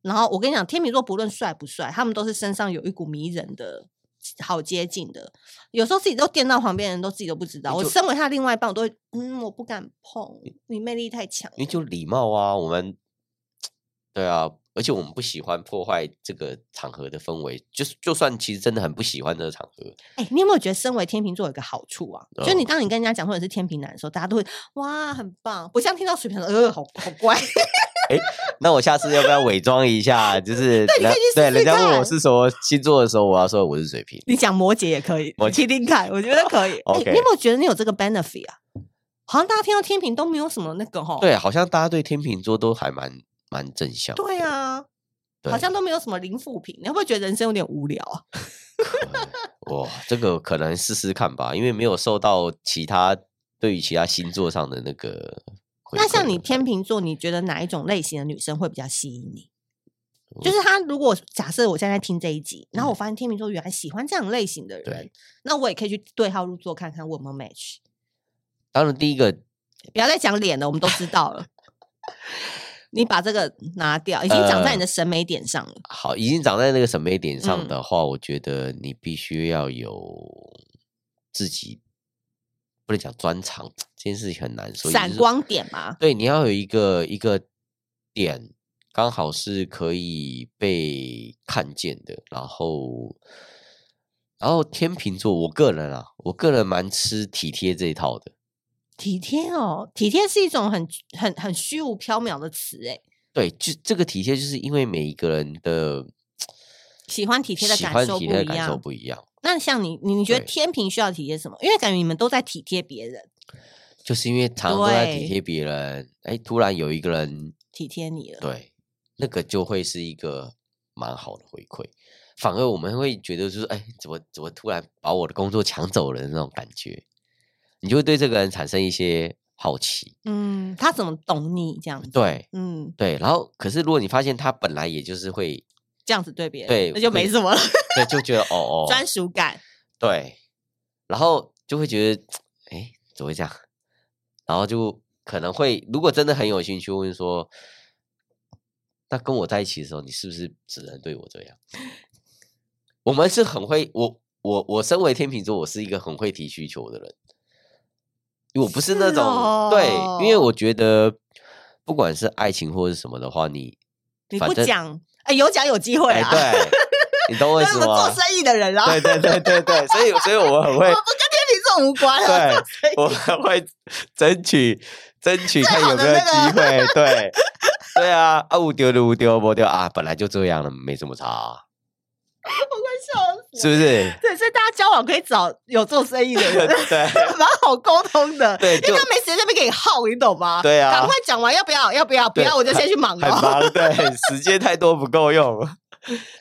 S1: 然后我跟你讲，天秤座不论帅不帅，他们都是身上有一股迷人的、好接近的。有时候自己都电到旁边的人都自己都不知道。
S2: 你
S1: 我
S2: 就
S1: 身为他的另外一半，我都会嗯，我不敢碰，你魅力太强了。
S2: 因为就礼貌啊，我们对啊，而且我们不喜欢破坏这个场合的氛围，就是就算其实真的很不喜欢这个场合，
S1: 哎、你有没有觉得身为天秤座有一个好处啊？就你
S2: 哦
S1: 当你跟人家讲说你是天秤男的时候，大家都会哇很棒，不像听到水瓶座呃好好
S2: (laughs)
S1: 乖，
S2: 那我下次要不要伪装一下？就
S1: (laughs)
S2: 是
S1: 对你可以
S2: 人
S1: 去试
S2: 对
S1: 试
S2: 人家问我
S1: 看
S2: 是什么星座的时候，我要说我是水瓶。
S1: 你讲摩羯也可以，
S2: 摩
S1: 你听听看，我觉得
S2: (laughs)
S1: 可以。哎，你
S2: OK
S1: 有没有觉得你有这个 benefit 啊？好像大家听到天秤都没有什么那个哈，
S2: 对，好像大家对天秤座都还蛮蛮正向的。
S1: 对啊，
S2: 对，
S1: 好像都没有什么零负评，你会不会觉得人生有点无聊啊？ (laughs)
S2: 可哇，这个可能试试看吧，因为没有受到其他对于其他星座上的那个回馈。
S1: 那像你天秤座，你觉得哪一种类型的女生会比较吸引你？就
S2: 我
S1: 是他，如果假设我现在听这一集，然后我发现天秤座原来喜欢这样类型的
S2: 嗯对
S1: 人，那我也可以去对号入座看看我有没有 match。
S2: 当然第一个
S1: 不要再讲脸了，我们都知道
S2: (laughs)
S1: 了。你把这个拿掉，已经长
S2: 呃
S1: 在你的审美点上了。
S2: 好，已经长在那个审美点上
S1: 嗯
S2: 的话，我觉得你必须要有自己不能讲专长，这件事情很难说。也
S1: 闪
S2: 就是
S1: 光点嘛，
S2: 对，你要有一个一个点，刚好是可以被看见的。然后，然后天秤座，我个人啊，我个人蛮吃体贴这一套的。
S1: 体贴哦，体贴是一种很很很虚无缥缈的词哎，
S2: 对，就这个体贴，就是因为每一个人的
S1: 喜欢体贴的
S2: 喜
S1: 感
S2: 欢
S1: 受
S2: 体
S1: 不
S2: 贴的
S1: 一
S2: 感受
S1: 样。
S2: 不一样，
S1: 那像你，你你觉得
S2: 对
S1: 天平需要体贴什么？因为感觉你们都在体贴别人，
S2: 就是因为常常都在
S1: 对
S2: 体贴别人，哎，突然有一个人
S1: 体贴你了。
S2: 对，那个就会是一个蛮好的回馈。反而我们会觉得就是，哎，怎么怎么突然把我的工作抢走了的那种感觉，你就会对这个人产生一些好奇。
S1: 嗯，他怎么懂你这样子？
S2: 对
S1: 嗯，
S2: 对，然后可是如果你发现他本来也就是会，
S1: 这样子对别人，
S2: 对
S1: 那就
S2: 会
S1: 没什么了，
S2: 对，就觉得 (laughs) 哦哦，
S1: 专属感。
S2: 对，然后就会觉得，哎，怎么会这样？然后就可能会，如果真的很有兴趣，问说，那跟我在一起的时候，你是不是只能对我这样？ (laughs) 我们是很会，我我我身为天秤座，我是一个很会提需求的人，我不是那
S1: 是
S2: 种、对，因为
S1: 哦
S2: 我觉得不管是爱情或是什么的话，你
S1: 你
S2: 反
S1: 不
S2: 正
S1: 讲，哎，有讲有机会
S2: 哎、
S1: 啊。 (laughs)
S2: 对，你懂我意
S1: 那
S2: 思
S1: 我们做
S2: 吗？
S1: 生意的人啦，
S2: 对对对对对，所以所以我们很
S1: 我
S2: 会
S1: 们不跟天秤座无关了。
S2: 对，
S1: (laughs)
S2: (laughs) 我们会争取争取看有没有 (laughs) 机会。对，对啊，啊，无丢的无丢，无丢啊，本来就这样了，没什么差啊、
S1: 我快笑死！
S2: 是不是？
S1: 对，所以大家交往可以找有做生意的人，
S2: (laughs) 对
S1: 蛮好沟通的。
S2: 对
S1: 因
S2: 就
S1: 为他没时间在那边给你耗，你懂吗？
S2: 对啊
S1: 赶快讲完，要不要？要不要？不
S2: 对
S1: 要我就
S2: (laughs)
S1: 先去忙
S2: 很
S1: 了。
S2: 忙，对，时间太多不够用。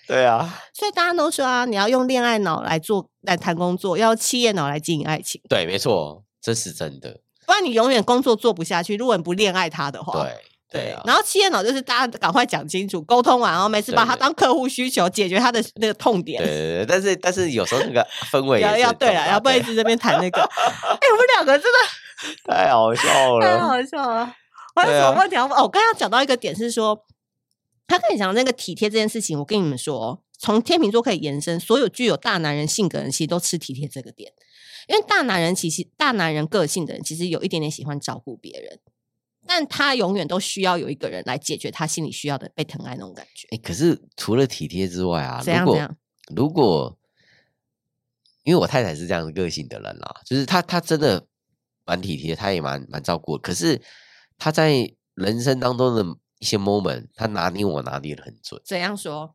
S2: 对啊，
S1: 所以大家都说啊，你要用恋爱脑来做来谈工作，要用企业脑来经营爱情，
S2: 对，没错，这是真的。
S1: 不然你永远工作做不下去。如果你不恋爱他的话，
S2: 对对啊，
S1: 然后企业脑就是大家赶快讲清楚，沟通完哦，每次把
S2: 对
S1: 他
S2: 对
S1: 当客户需求，解决他的那个痛点。
S2: 对对对，但是但是有时候那个氛围也
S1: 要
S2: 是
S1: 要
S2: 很
S1: 对
S2: 重
S1: 了，
S2: 要
S1: 要不然一
S2: 对
S1: 直这边谈
S2: (laughs)
S1: 那个。哎、我们两个真的
S2: 太好笑 (laughs)
S1: 太
S2: 了。
S1: 好笑了。我还有
S2: 对
S1: 什
S2: 啊
S1: 么问题要问？哦，我刚刚讲到一个点是说，他跟你讲那个体贴这件事情，我跟你们说哦，从天秤座可以延伸，所有具有大男人性格的人，其实都吃体贴这个点。因为大男人其实大男人个性的人，其实有一点点喜欢照顾别人，但他永远都需要有一个人来解决他心里需要的被疼爱那种感觉。
S2: 哎、可是除了体贴之外啊，
S1: 怎
S2: 如
S1: 样怎
S2: 果
S1: 样？
S2: 如果，因为我太太是这样的个性的人啦，就是她她真的蛮体贴，她也蛮蛮照顾的。可是她在人生当中的一些 moment，她拿捏我拿捏的很准。
S1: 怎样说？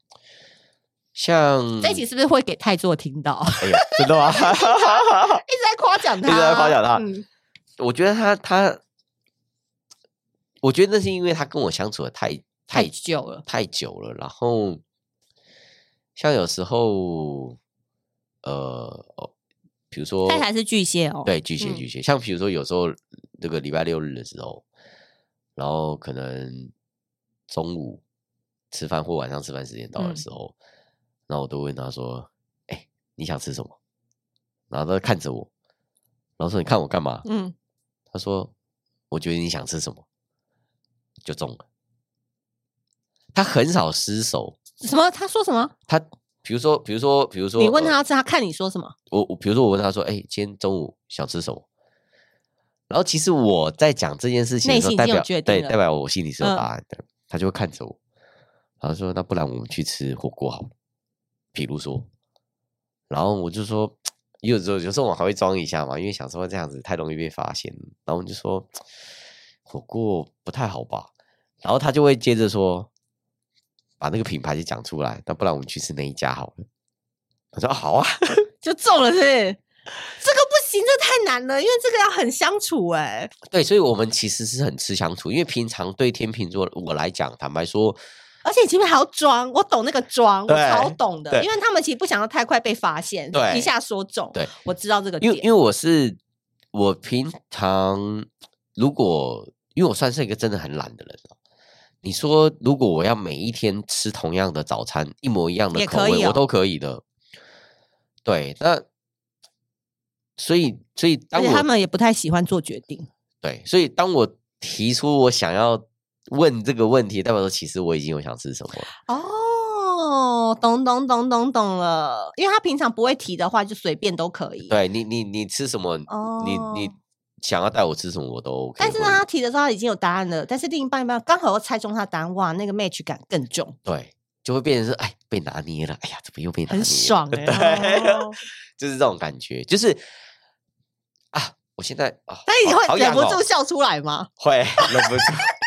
S2: 像
S1: 这一集是不是会给泰座听到？ (laughs)
S2: 哎呦，真的吗？ (laughs)
S1: 一直在夸奖他，
S2: 一
S1: (laughs)
S2: 直在夸奖他
S1: 嗯
S2: 我觉得她她，我觉得那是因为她跟我相处的太
S1: 太
S2: 太
S1: 久了。
S2: 太久了，然后像有时候，呃，哦，比如说
S1: 太太是巨蟹哦，，
S2: 对巨蟹
S1: 嗯
S2: 巨蟹，像比如说有时候那个礼拜六日的时候，然后可能中午吃饭或晚上吃饭时间到的
S1: 嗯
S2: 时候，然后我都问他说：“哎、你想吃什么？”然后他看着我，然后说：“你看我干嘛？”
S1: 嗯，
S2: 他说：“我觉得你想吃什么，就中了。”他很少失手，
S1: 什么？他说什么？
S2: 他比如说，比如说，比如说，
S1: 你问
S2: 呃
S1: 他要吃，他看你说什么？
S2: 我我比如说我问他说，哎、今天中午想吃什么？然后其实我在讲这件事情
S1: 内
S2: 的时
S1: 心已
S2: 候，代
S1: 经有
S2: 表
S1: 决定
S2: 对
S1: 了
S2: 代表我心里是有
S1: 嗯
S2: 答案的，他就会看着我，然后说那不然我们去吃火锅好了，比如说，然后我就说有时候有时候我还会装一下嘛，因为想说这样子太容易被发现，然后我就说火锅不太好吧，然后他就会接着说把那个品牌就讲出来，那不然我们去吃那一家好了，我说啊好啊。
S1: 就中了是不是？这个不行，这太难了，因为这个要很相处哎、
S2: 对，所以我们其实是很吃相处，因为平常对天秤座我来讲，坦白说，
S1: 而且你前面还要装，我懂那个装，我
S2: 对
S1: 超懂的，
S2: 对
S1: 因为他们其实不想要太快被发现，
S2: 对
S1: 一下说中，
S2: 对，
S1: 我知道这个
S2: 因为因
S1: 点，
S2: 为我是我平常如果因为我算是一个真的很懒的人哦你说如果我要每一天吃同样的早餐，一模一样的
S1: 也
S2: 口
S1: 可以
S2: 味，
S1: 哦
S2: 我都可以的。对，那所以所以
S1: 而
S2: 当
S1: 且他
S2: 我
S1: 们也不太喜欢做决定，
S2: 对，所以当我提出我想要问这个问题，代表说其实我已经有想吃什么了。
S1: 哦，懂懂懂懂懂了，因为他平常不会提的话，就随便都可以，
S2: 对你，你你吃什么？你你
S1: 哦
S2: 想要带我吃什么，我都 OK
S1: 但
S2: 或者。
S1: 是呢，他提的时候他已经有答案了，但是另一半一半刚好又猜中他的答案，哇，那个 match 感更重，
S2: 对，就会变成是哎，被拿捏了。哎呀，怎么又被拿捏
S1: 很
S2: (laughs) 了？
S1: 爽哎、
S2: 对，
S1: 哦
S2: 就是这种感觉，就是啊，我现在啊，
S1: 但你
S2: 好好
S1: 会忍
S2: 痒
S1: 不
S2: 哦
S1: 住笑出来吗？
S2: 会忍不住，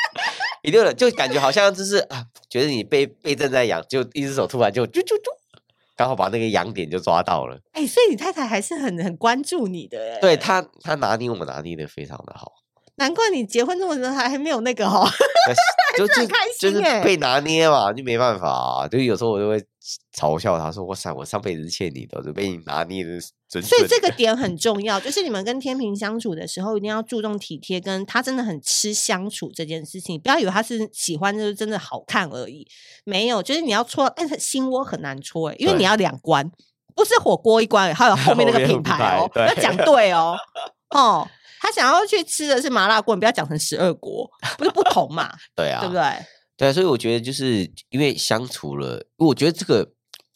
S2: (laughs) 一定了，就感觉好像就是啊，觉得你被被正在痒，就一只手突然就啾啾啾，刚好把那个痒点就抓到了。
S1: 哎、所以你太太还是很很关注你的哎、
S2: 对，他，他拿捏我拿捏的非常
S1: (laughs)
S2: 的好，
S1: 难怪你结婚这么久还还没有那个哦，
S2: 那就
S1: 很
S2: 就
S1: 开
S2: 就是
S1: 心欸
S2: 被拿捏嘛，就没办法、啊。就是有时候我就会嘲笑他说：“哇塞，我上辈子是欠你的，我就被你拿捏的准准。”
S1: 所以这个点很重要，就是你们跟天平相处的时候，一定要注重体贴，跟他真的很吃相处这件事情。不要以为他是喜欢就是真的好看而已，没有，就是你要戳，但是心窝很难戳、欸，因为你
S2: 对
S1: 要两关，不是火锅一关而已，还有后面那
S2: 后
S1: 个
S2: 面
S1: 品
S2: 品
S1: 牌哦、
S2: 牌
S1: 要
S2: 对
S1: 讲对
S2: (laughs)
S1: 哦、哦。他想要去吃的是麻辣锅，你不要讲成十二锅，不是不同嘛，
S2: (laughs) 对啊，
S1: 对不对？
S2: 对啊，所以我觉得就是因为相处了，我觉得这个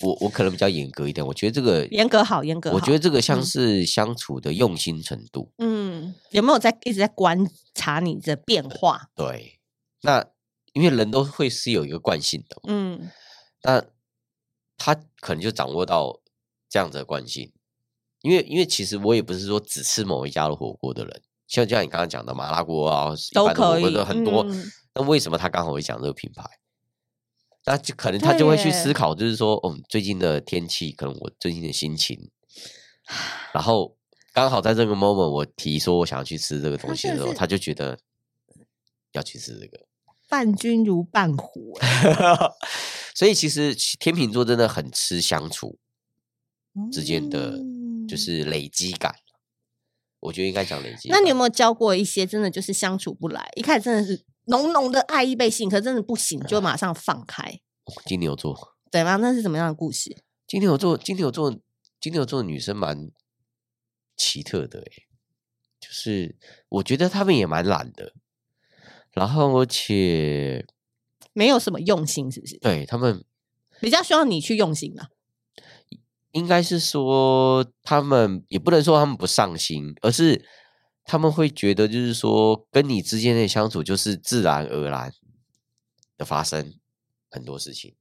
S2: 我我可能比较严格一点，我觉得这个
S1: 严格好，严格好。
S2: 我觉得这个
S1: 嗯
S2: 像是相处的用心程度。
S1: 嗯，有没有在一直在观察你的变化？
S2: 对，那因为人都会是有一个惯性的嘛，
S1: 嗯，
S2: 那他可能就掌握到这样子的惯性，因为因为其实我也不是说只吃某一家的火锅的人，像就像你刚刚讲的麻辣锅啊，一
S1: 都
S2: 般的火
S1: 可
S2: 锅
S1: 以，
S2: 都很多，
S1: 嗯
S2: 那为什么他刚好会讲这个品牌？那就可能他就会
S1: 对
S2: 去思
S1: 耶
S2: 考，就是说，嗯，最近的天气，可能我最近的心情，然后刚好在这个 moment 我提说我想要去吃这个东
S1: 他
S2: 西
S1: 真
S2: 的
S1: 的
S2: 时候，
S1: 是
S2: 他就觉得要去吃这个。
S1: 伴君如伴虎、欸，
S2: (laughs) 所以其实其天秤座真的很吃相处，之间的就
S1: 嗯
S2: 是累积感。我觉得应该讲累积感。
S1: 那你有没有教过一些真的就是相处不来，一开始真的是浓浓的爱意被吸引，可是真的不行，就马上放开，
S2: 金牛座？
S1: 对吗？那是怎么样的故事？
S2: 金牛座，金牛座，金牛座女生蛮奇特的诶、就是我觉得她们也蛮懒的，然后而且
S1: 没有什么用心，是不是？
S2: 对她们
S1: 比较需要你去用心啊吧。
S2: 应该是说，他们也不能说他们不上心，而是他们会觉得，就是说跟你之间的相处就是自然而然的发生很多事情，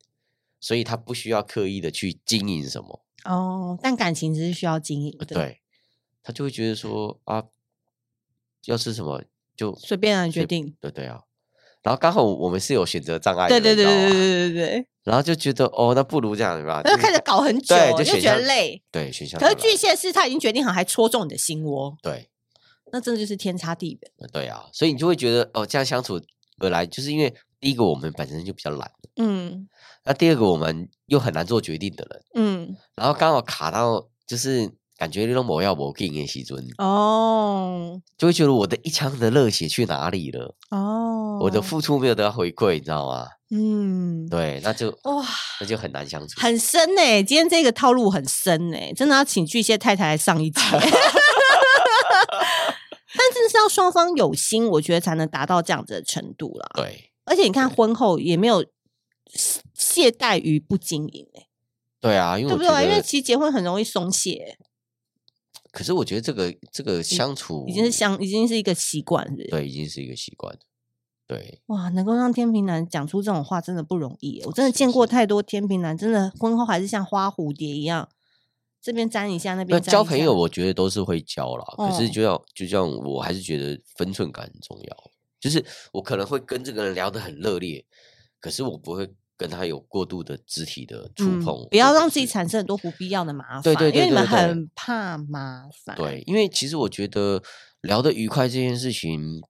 S2: 所以他不需要刻意的去经营什么，
S1: 哦，但感情只是需要经营
S2: 呃
S1: 的，，
S2: 对他就会觉得说啊，要吃什么就
S1: 随便来决
S2: 随
S1: 定。
S2: 对对啊。然后刚好我们是有选择障碍的
S1: 对
S2: 人，
S1: 对对对对
S2: 你知道吗
S1: 对对对，
S2: 然后就觉得哦，那不如这样吧，
S1: 那
S2: 就
S1: 就开始搞很久
S2: 对
S1: 哦，
S2: 就
S1: 就
S2: 选
S1: 觉得
S2: 项
S1: 累。
S2: 对选项
S1: 可
S2: 障碍。
S1: 是巨蟹是他已经决定好，还戳中你的心窝，
S2: 对，
S1: 那真的就是天差地别。
S2: 呃对啊，所以你就会觉得哦，这样相处而来，就是因为第一个我们本身就比较懒，
S1: 嗯
S2: 那第二个我们又很难做决定的人，
S1: 嗯，
S2: 然后刚好卡到就是感觉那种某要某劲的时阵，
S1: 哦
S2: 就会觉得我的一腔的热血去哪里了，
S1: 哦，
S2: 我的付出没有得到回馈，你知道吗？
S1: 嗯
S2: 对，那就
S1: 哇。
S2: 那就很难相处。
S1: 很深呢、今天这个套路很深呢、真的要请巨蟹太太来上一集。 (laughs) 但真的是要双方有心，我觉得才能达到这样子的程度啦。
S2: 对
S1: 而且你看，
S2: 对
S1: 婚后也没有懈懈怠于不经营、欸，
S2: 对啊，因为
S1: 对
S2: 我
S1: 不
S2: 觉
S1: 对？因为
S2: 得，
S1: 其实结婚很容易松懈、
S2: 可是我觉得这个这个相处
S1: 已经是相，已经是一个习惯，是不是？
S2: 对，已经是一个习惯了，对，
S1: 哇，能够让天平男讲出这种话，真的不容易欸。我真的
S2: 是
S1: 见过
S2: 是
S1: 太多天平男，真的婚后还是像花蝴蝶一样，这边粘一下，那
S2: 那
S1: 边粘
S2: 交
S1: 一
S2: 朋
S1: 下
S2: 友，我觉得都是会交啦，可是
S1: 嗯
S2: 就要就像我还是觉得分寸感很重要。就是我可能会跟这个人聊得很热烈，可是我不会跟他有过度的肢体的触
S1: 嗯
S2: 碰，
S1: 不要
S2: 或者
S1: 让自己
S2: 是
S1: 产生很多不必要的麻烦。
S2: 对对对
S1: 因为你们
S2: 对对对
S1: 很怕麻烦。，
S2: 对，因为其实我觉得聊得愉快这件事情，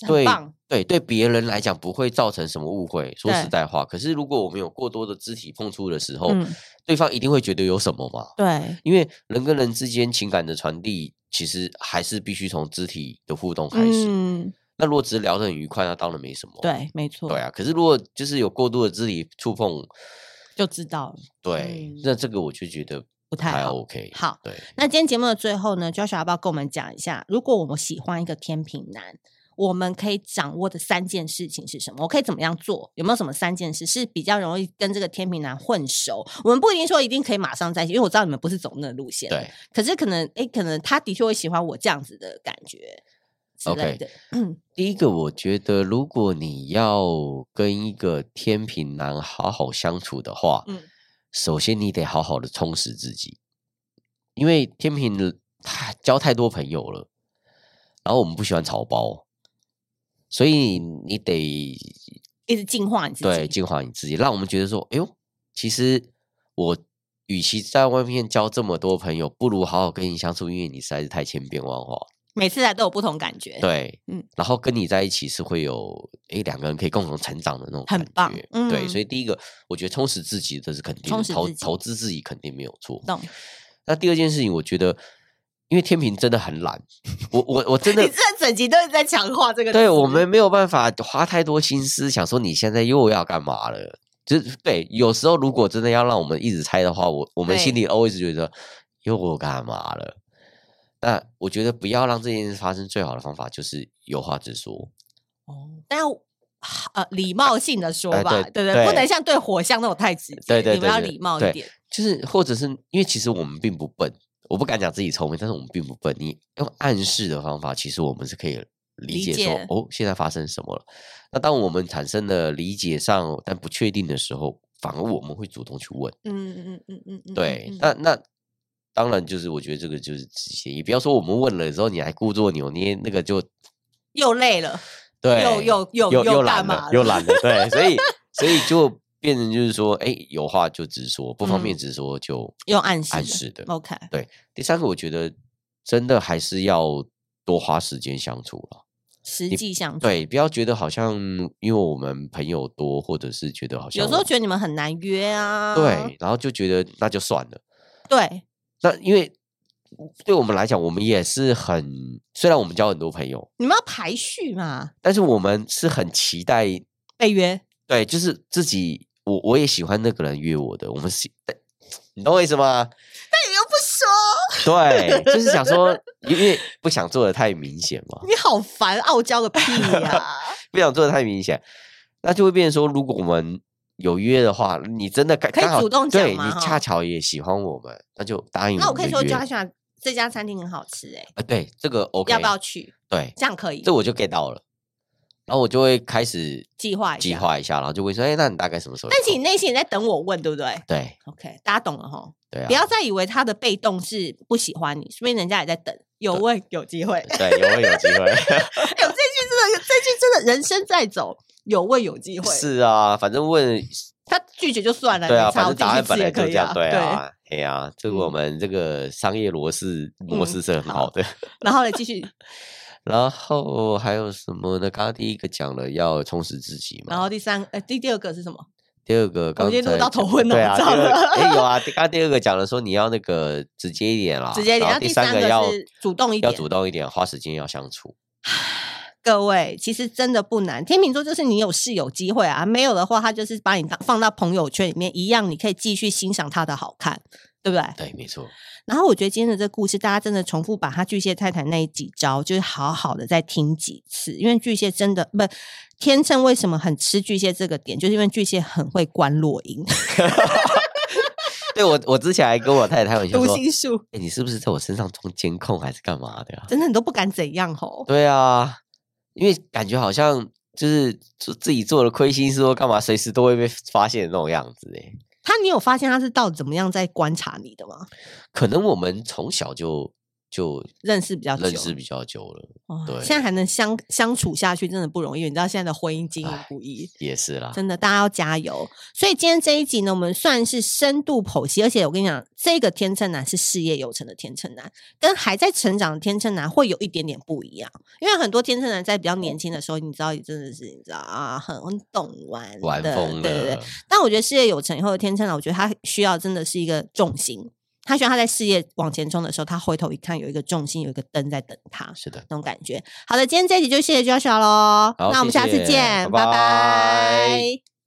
S1: 很
S2: 对
S1: 棒
S2: 对对，别人来讲不会造成什么误会。说实
S1: 对
S2: 在话，可是如果我们有过多的肢体碰触的时候，
S1: 嗯，
S2: 对方一定会觉得有什么嘛。
S1: 对，
S2: 因为人跟人之间情感的传递，其实还是必须从肢体的互动开始。
S1: 嗯，
S2: 那如果只是聊得很愉快，那当然没什么。
S1: 对，没错，
S2: 对，啊，可是如果就是有过度的肢体触碰，
S1: 就知道了。
S2: 对
S1: 嗯，
S2: 那这个我就觉得
S1: 不太好
S2: OK。
S1: 好
S2: 对，
S1: 那今天节目的最后呢，Joshua 要不要跟我们讲一下，如果我们喜欢一个天平男，我们可以掌握的三件事情是什么？我可以怎么样做？有没有什么三件事是比较容易跟这个天平男混熟？我们不一定说一定可以马上在一起，因为我知道你们不是走那个路线。
S2: 对，
S1: 可是可能，诶，可能他的确会喜欢我这样子的感觉之类
S2: OK
S1: 的。嗯
S2: 第一个我觉得，如果你要跟一个天平男好好相处的话，
S1: 嗯
S2: 首先你得好好的充实自己，因为天平太交太多朋友了，然后我们不喜欢草包，所以你得
S1: 一直净化你自己。
S2: 对，净化你自己，让我们觉得说，哎呦，其实我与其在外面交这么多朋友，不如好好跟你相处，因为你实在是太千变万化了。
S1: 每次来都有不同感觉，，
S2: 对，
S1: 嗯
S2: 嗯，然后跟你在一起是会有，哎，两个人可以共同成长的那种
S1: 很
S2: 感觉。
S1: 棒
S2: 对，
S1: 嗯
S2: 所以第一个，我觉得充实自己这是肯定
S1: 充
S2: 的，
S1: 实
S2: 投
S1: 自己
S2: 投资自己肯定没有错。
S1: 懂？
S2: 那第二件事情，我觉得，因为天平真的很懒，我我我真
S1: (laughs) 你
S2: 的
S1: 这。整集都是在强化这个词，
S2: 对我们没有办法花太多心思，想说你现在又要干嘛了。就是对，有时候如果真的要让我们一直猜的话，我我们心
S1: 对
S2: 里 always 觉得又干嘛了。那我觉得不要让这件事发生，最好的方法就是有话直说。
S1: 哦，但要呃礼貌性的说
S2: 哎
S1: 吧，
S2: 对
S1: 对对，
S2: 对
S1: 不能像对火象那种太直接，
S2: 对对
S1: 你们
S2: 对
S1: 要
S2: 对
S1: 礼貌一
S2: 对
S1: 点，
S2: 就是或者是因为其实我们并不笨，我不敢讲自己聪明，但是我们并不笨。你用暗示的方法，其实我们是可以
S1: 理
S2: 理解说
S1: 解
S2: 哦，现在发生什么了。那当我们产生了理解上但不确定的时候，反而我们会主动去问。
S1: 嗯嗯嗯嗯嗯，
S2: 对
S1: 嗯，
S2: 那那当然就是我觉得这个就是直接，也不要说我们问了之后你还故作扭捏，那个就
S1: 又累了，
S2: 对
S1: 又又又又
S2: 又又
S1: 干
S2: 懒
S1: 嘛
S2: 了，又
S1: 了 (laughs)
S2: 懒了，对，所以所以就变成就是说，哎、有话就直说，不方便直说就
S1: 用暗示嗯
S2: 暗
S1: 的
S2: 示的。
S1: OK，
S2: 第三个，我觉得真的还是要多花时间相处了。
S1: 实际相处。
S2: 对，不要觉得好像因为我们朋友多，或者是觉得好像
S1: 有时候
S2: 我
S1: 觉得你们很难约啊。
S2: 对，然后就觉得那就算了。
S1: 对，
S2: 那因为对我们来讲，我们也是很虽然我们交很多朋友，
S1: 你们要排序嘛，
S2: 但是我们是很期待，
S1: 被约。
S2: 对，就是自己我我也喜欢那个人约我的，我们是，但你懂我意思吗？
S1: 但你又不说，
S2: 对，就是想说，因为不想做的太明显嘛，
S1: 你好烦，傲娇个屁呀、
S2: (laughs) 不想做的太明显，那就会变成说，如果我们有约的话，你真的刚
S1: 可以
S2: 刚好
S1: 主动讲
S2: 对
S1: 嘛
S2: 你
S1: 哈
S2: 恰巧也喜欢我们，那就答应
S1: 那我
S2: 们
S1: 可以
S2: 嗯的
S1: 说
S2: 约
S1: Joshua 这家餐厅很好吃、欸，哎、
S2: 啊，对，这个 OK，
S1: 要不要去？
S2: 对，
S1: 这样可以
S2: 这我就 get 到了，然后我就会开始
S1: 计划一
S2: 计
S1: 下。
S2: 划一下，然后就会说，哎，那你大概什么时候有
S1: 但
S2: 空？
S1: 是你内心也在等我问，对不对
S2: 对
S1: ？OK，大家懂了哈。
S2: 对啊，
S1: 不要再以为他的被动是不喜欢你，说明人家也在等。有问有机会， (laughs) 哎、
S2: 对，有会有
S1: (laughs)
S2: 机会，
S1: 我这句真的，这句真的人生在走，有问有机会。
S2: (laughs) 是啊，反
S1: (laughs)
S2: 正问，
S1: 他拒绝就算了，
S2: 对啊，
S1: 没差
S2: 反
S1: 我
S2: 正
S1: 自己
S2: 答案
S1: 去
S2: 本
S1: 吃
S2: 来
S1: 也
S2: 就
S1: 可
S2: 这
S1: 以
S2: 样，
S1: 啊。
S2: 对啊，哎呀，这个我
S1: 嗯
S2: 们这个商业模式模
S1: 嗯
S2: 式是很
S1: 好
S2: 好的。
S1: 然后呢，继
S2: (laughs) 嗯
S1: 续，
S2: 然后还有什么呢？刚刚第一个讲了要充实自己嘛，
S1: 然后第三，呃，第第二个是什么？
S2: 第二个刚
S1: 我们今天录
S2: 才
S1: 到头昏了
S2: 对啊，
S1: 我
S2: 第
S1: 知道
S2: 二个
S1: 了
S2: 哎有
S1: (laughs)
S2: 啊，第刚刚第二个讲了说你要那个直接一点啦，
S1: 直接一点
S2: 啊然后
S1: 然后
S2: 第
S1: 第
S2: 三
S1: 三
S2: 个
S1: 个
S2: 要
S1: 是主动一
S2: 要
S1: 点
S2: 主动一点，花时间要相处，
S1: 各位，其实真的不难。天秤座就是你有事有机会啊，没有的话，他就是把你当放到朋友圈里面一样，你可以继续欣赏他的好看，对不对？
S2: 对，没错，
S1: 然后我觉得今天的这故事，大家真的重复把他巨蟹太太那几招，就是好好的再听几次，因为巨蟹真的不天秤为什么很吃巨蟹这个点，就是因为巨蟹很会观落音、
S2: 对我我之前还跟我太太开
S1: (laughs)
S2: 玩笑
S1: 读
S2: 说，
S1: 心术，
S2: 哎，你是不是在我身上装监控还是干嘛的呀？
S1: 真的你都不敢怎样吼。
S2: 对啊，因为感觉好像就是做自己做了亏心事或干嘛，随时都会被发现的那种样子哎。
S1: 他，你有发现他是到底怎么样在观察你的吗？
S2: 可能我们从小就就
S1: 认识比较久，
S2: 认识比较久了，
S1: 哦
S2: 对
S1: 现在还能相相处下去，真的不容易。你知道现在的婚姻经营
S2: 唉
S1: 不易，
S2: 也是啦。
S1: 真的大家要加油。所以今天这一集呢，我们算是深度剖析，而且我跟你讲，这个天秤男是事业有成的天秤男，跟还在成长的天秤男会有一点点不一样。因为很多天秤男在比较年轻的时候，你知道，也真的是你知道啊，很懂玩
S2: 玩
S1: 的
S2: 疯了，
S1: 对对对。但我觉得事业有成以后的天秤呢，我觉得他需要真的是一个重心，他需要他在事业往前冲的时候，他回头一看有一个重心，有一个灯在等他
S2: 是的，
S1: 那种感觉。好的，今天这一集就谢谢 Joshua 喽，
S2: 好
S1: 那我们下次
S2: 谢谢
S1: 见，
S2: 拜
S1: 拜
S2: 拜
S1: 拜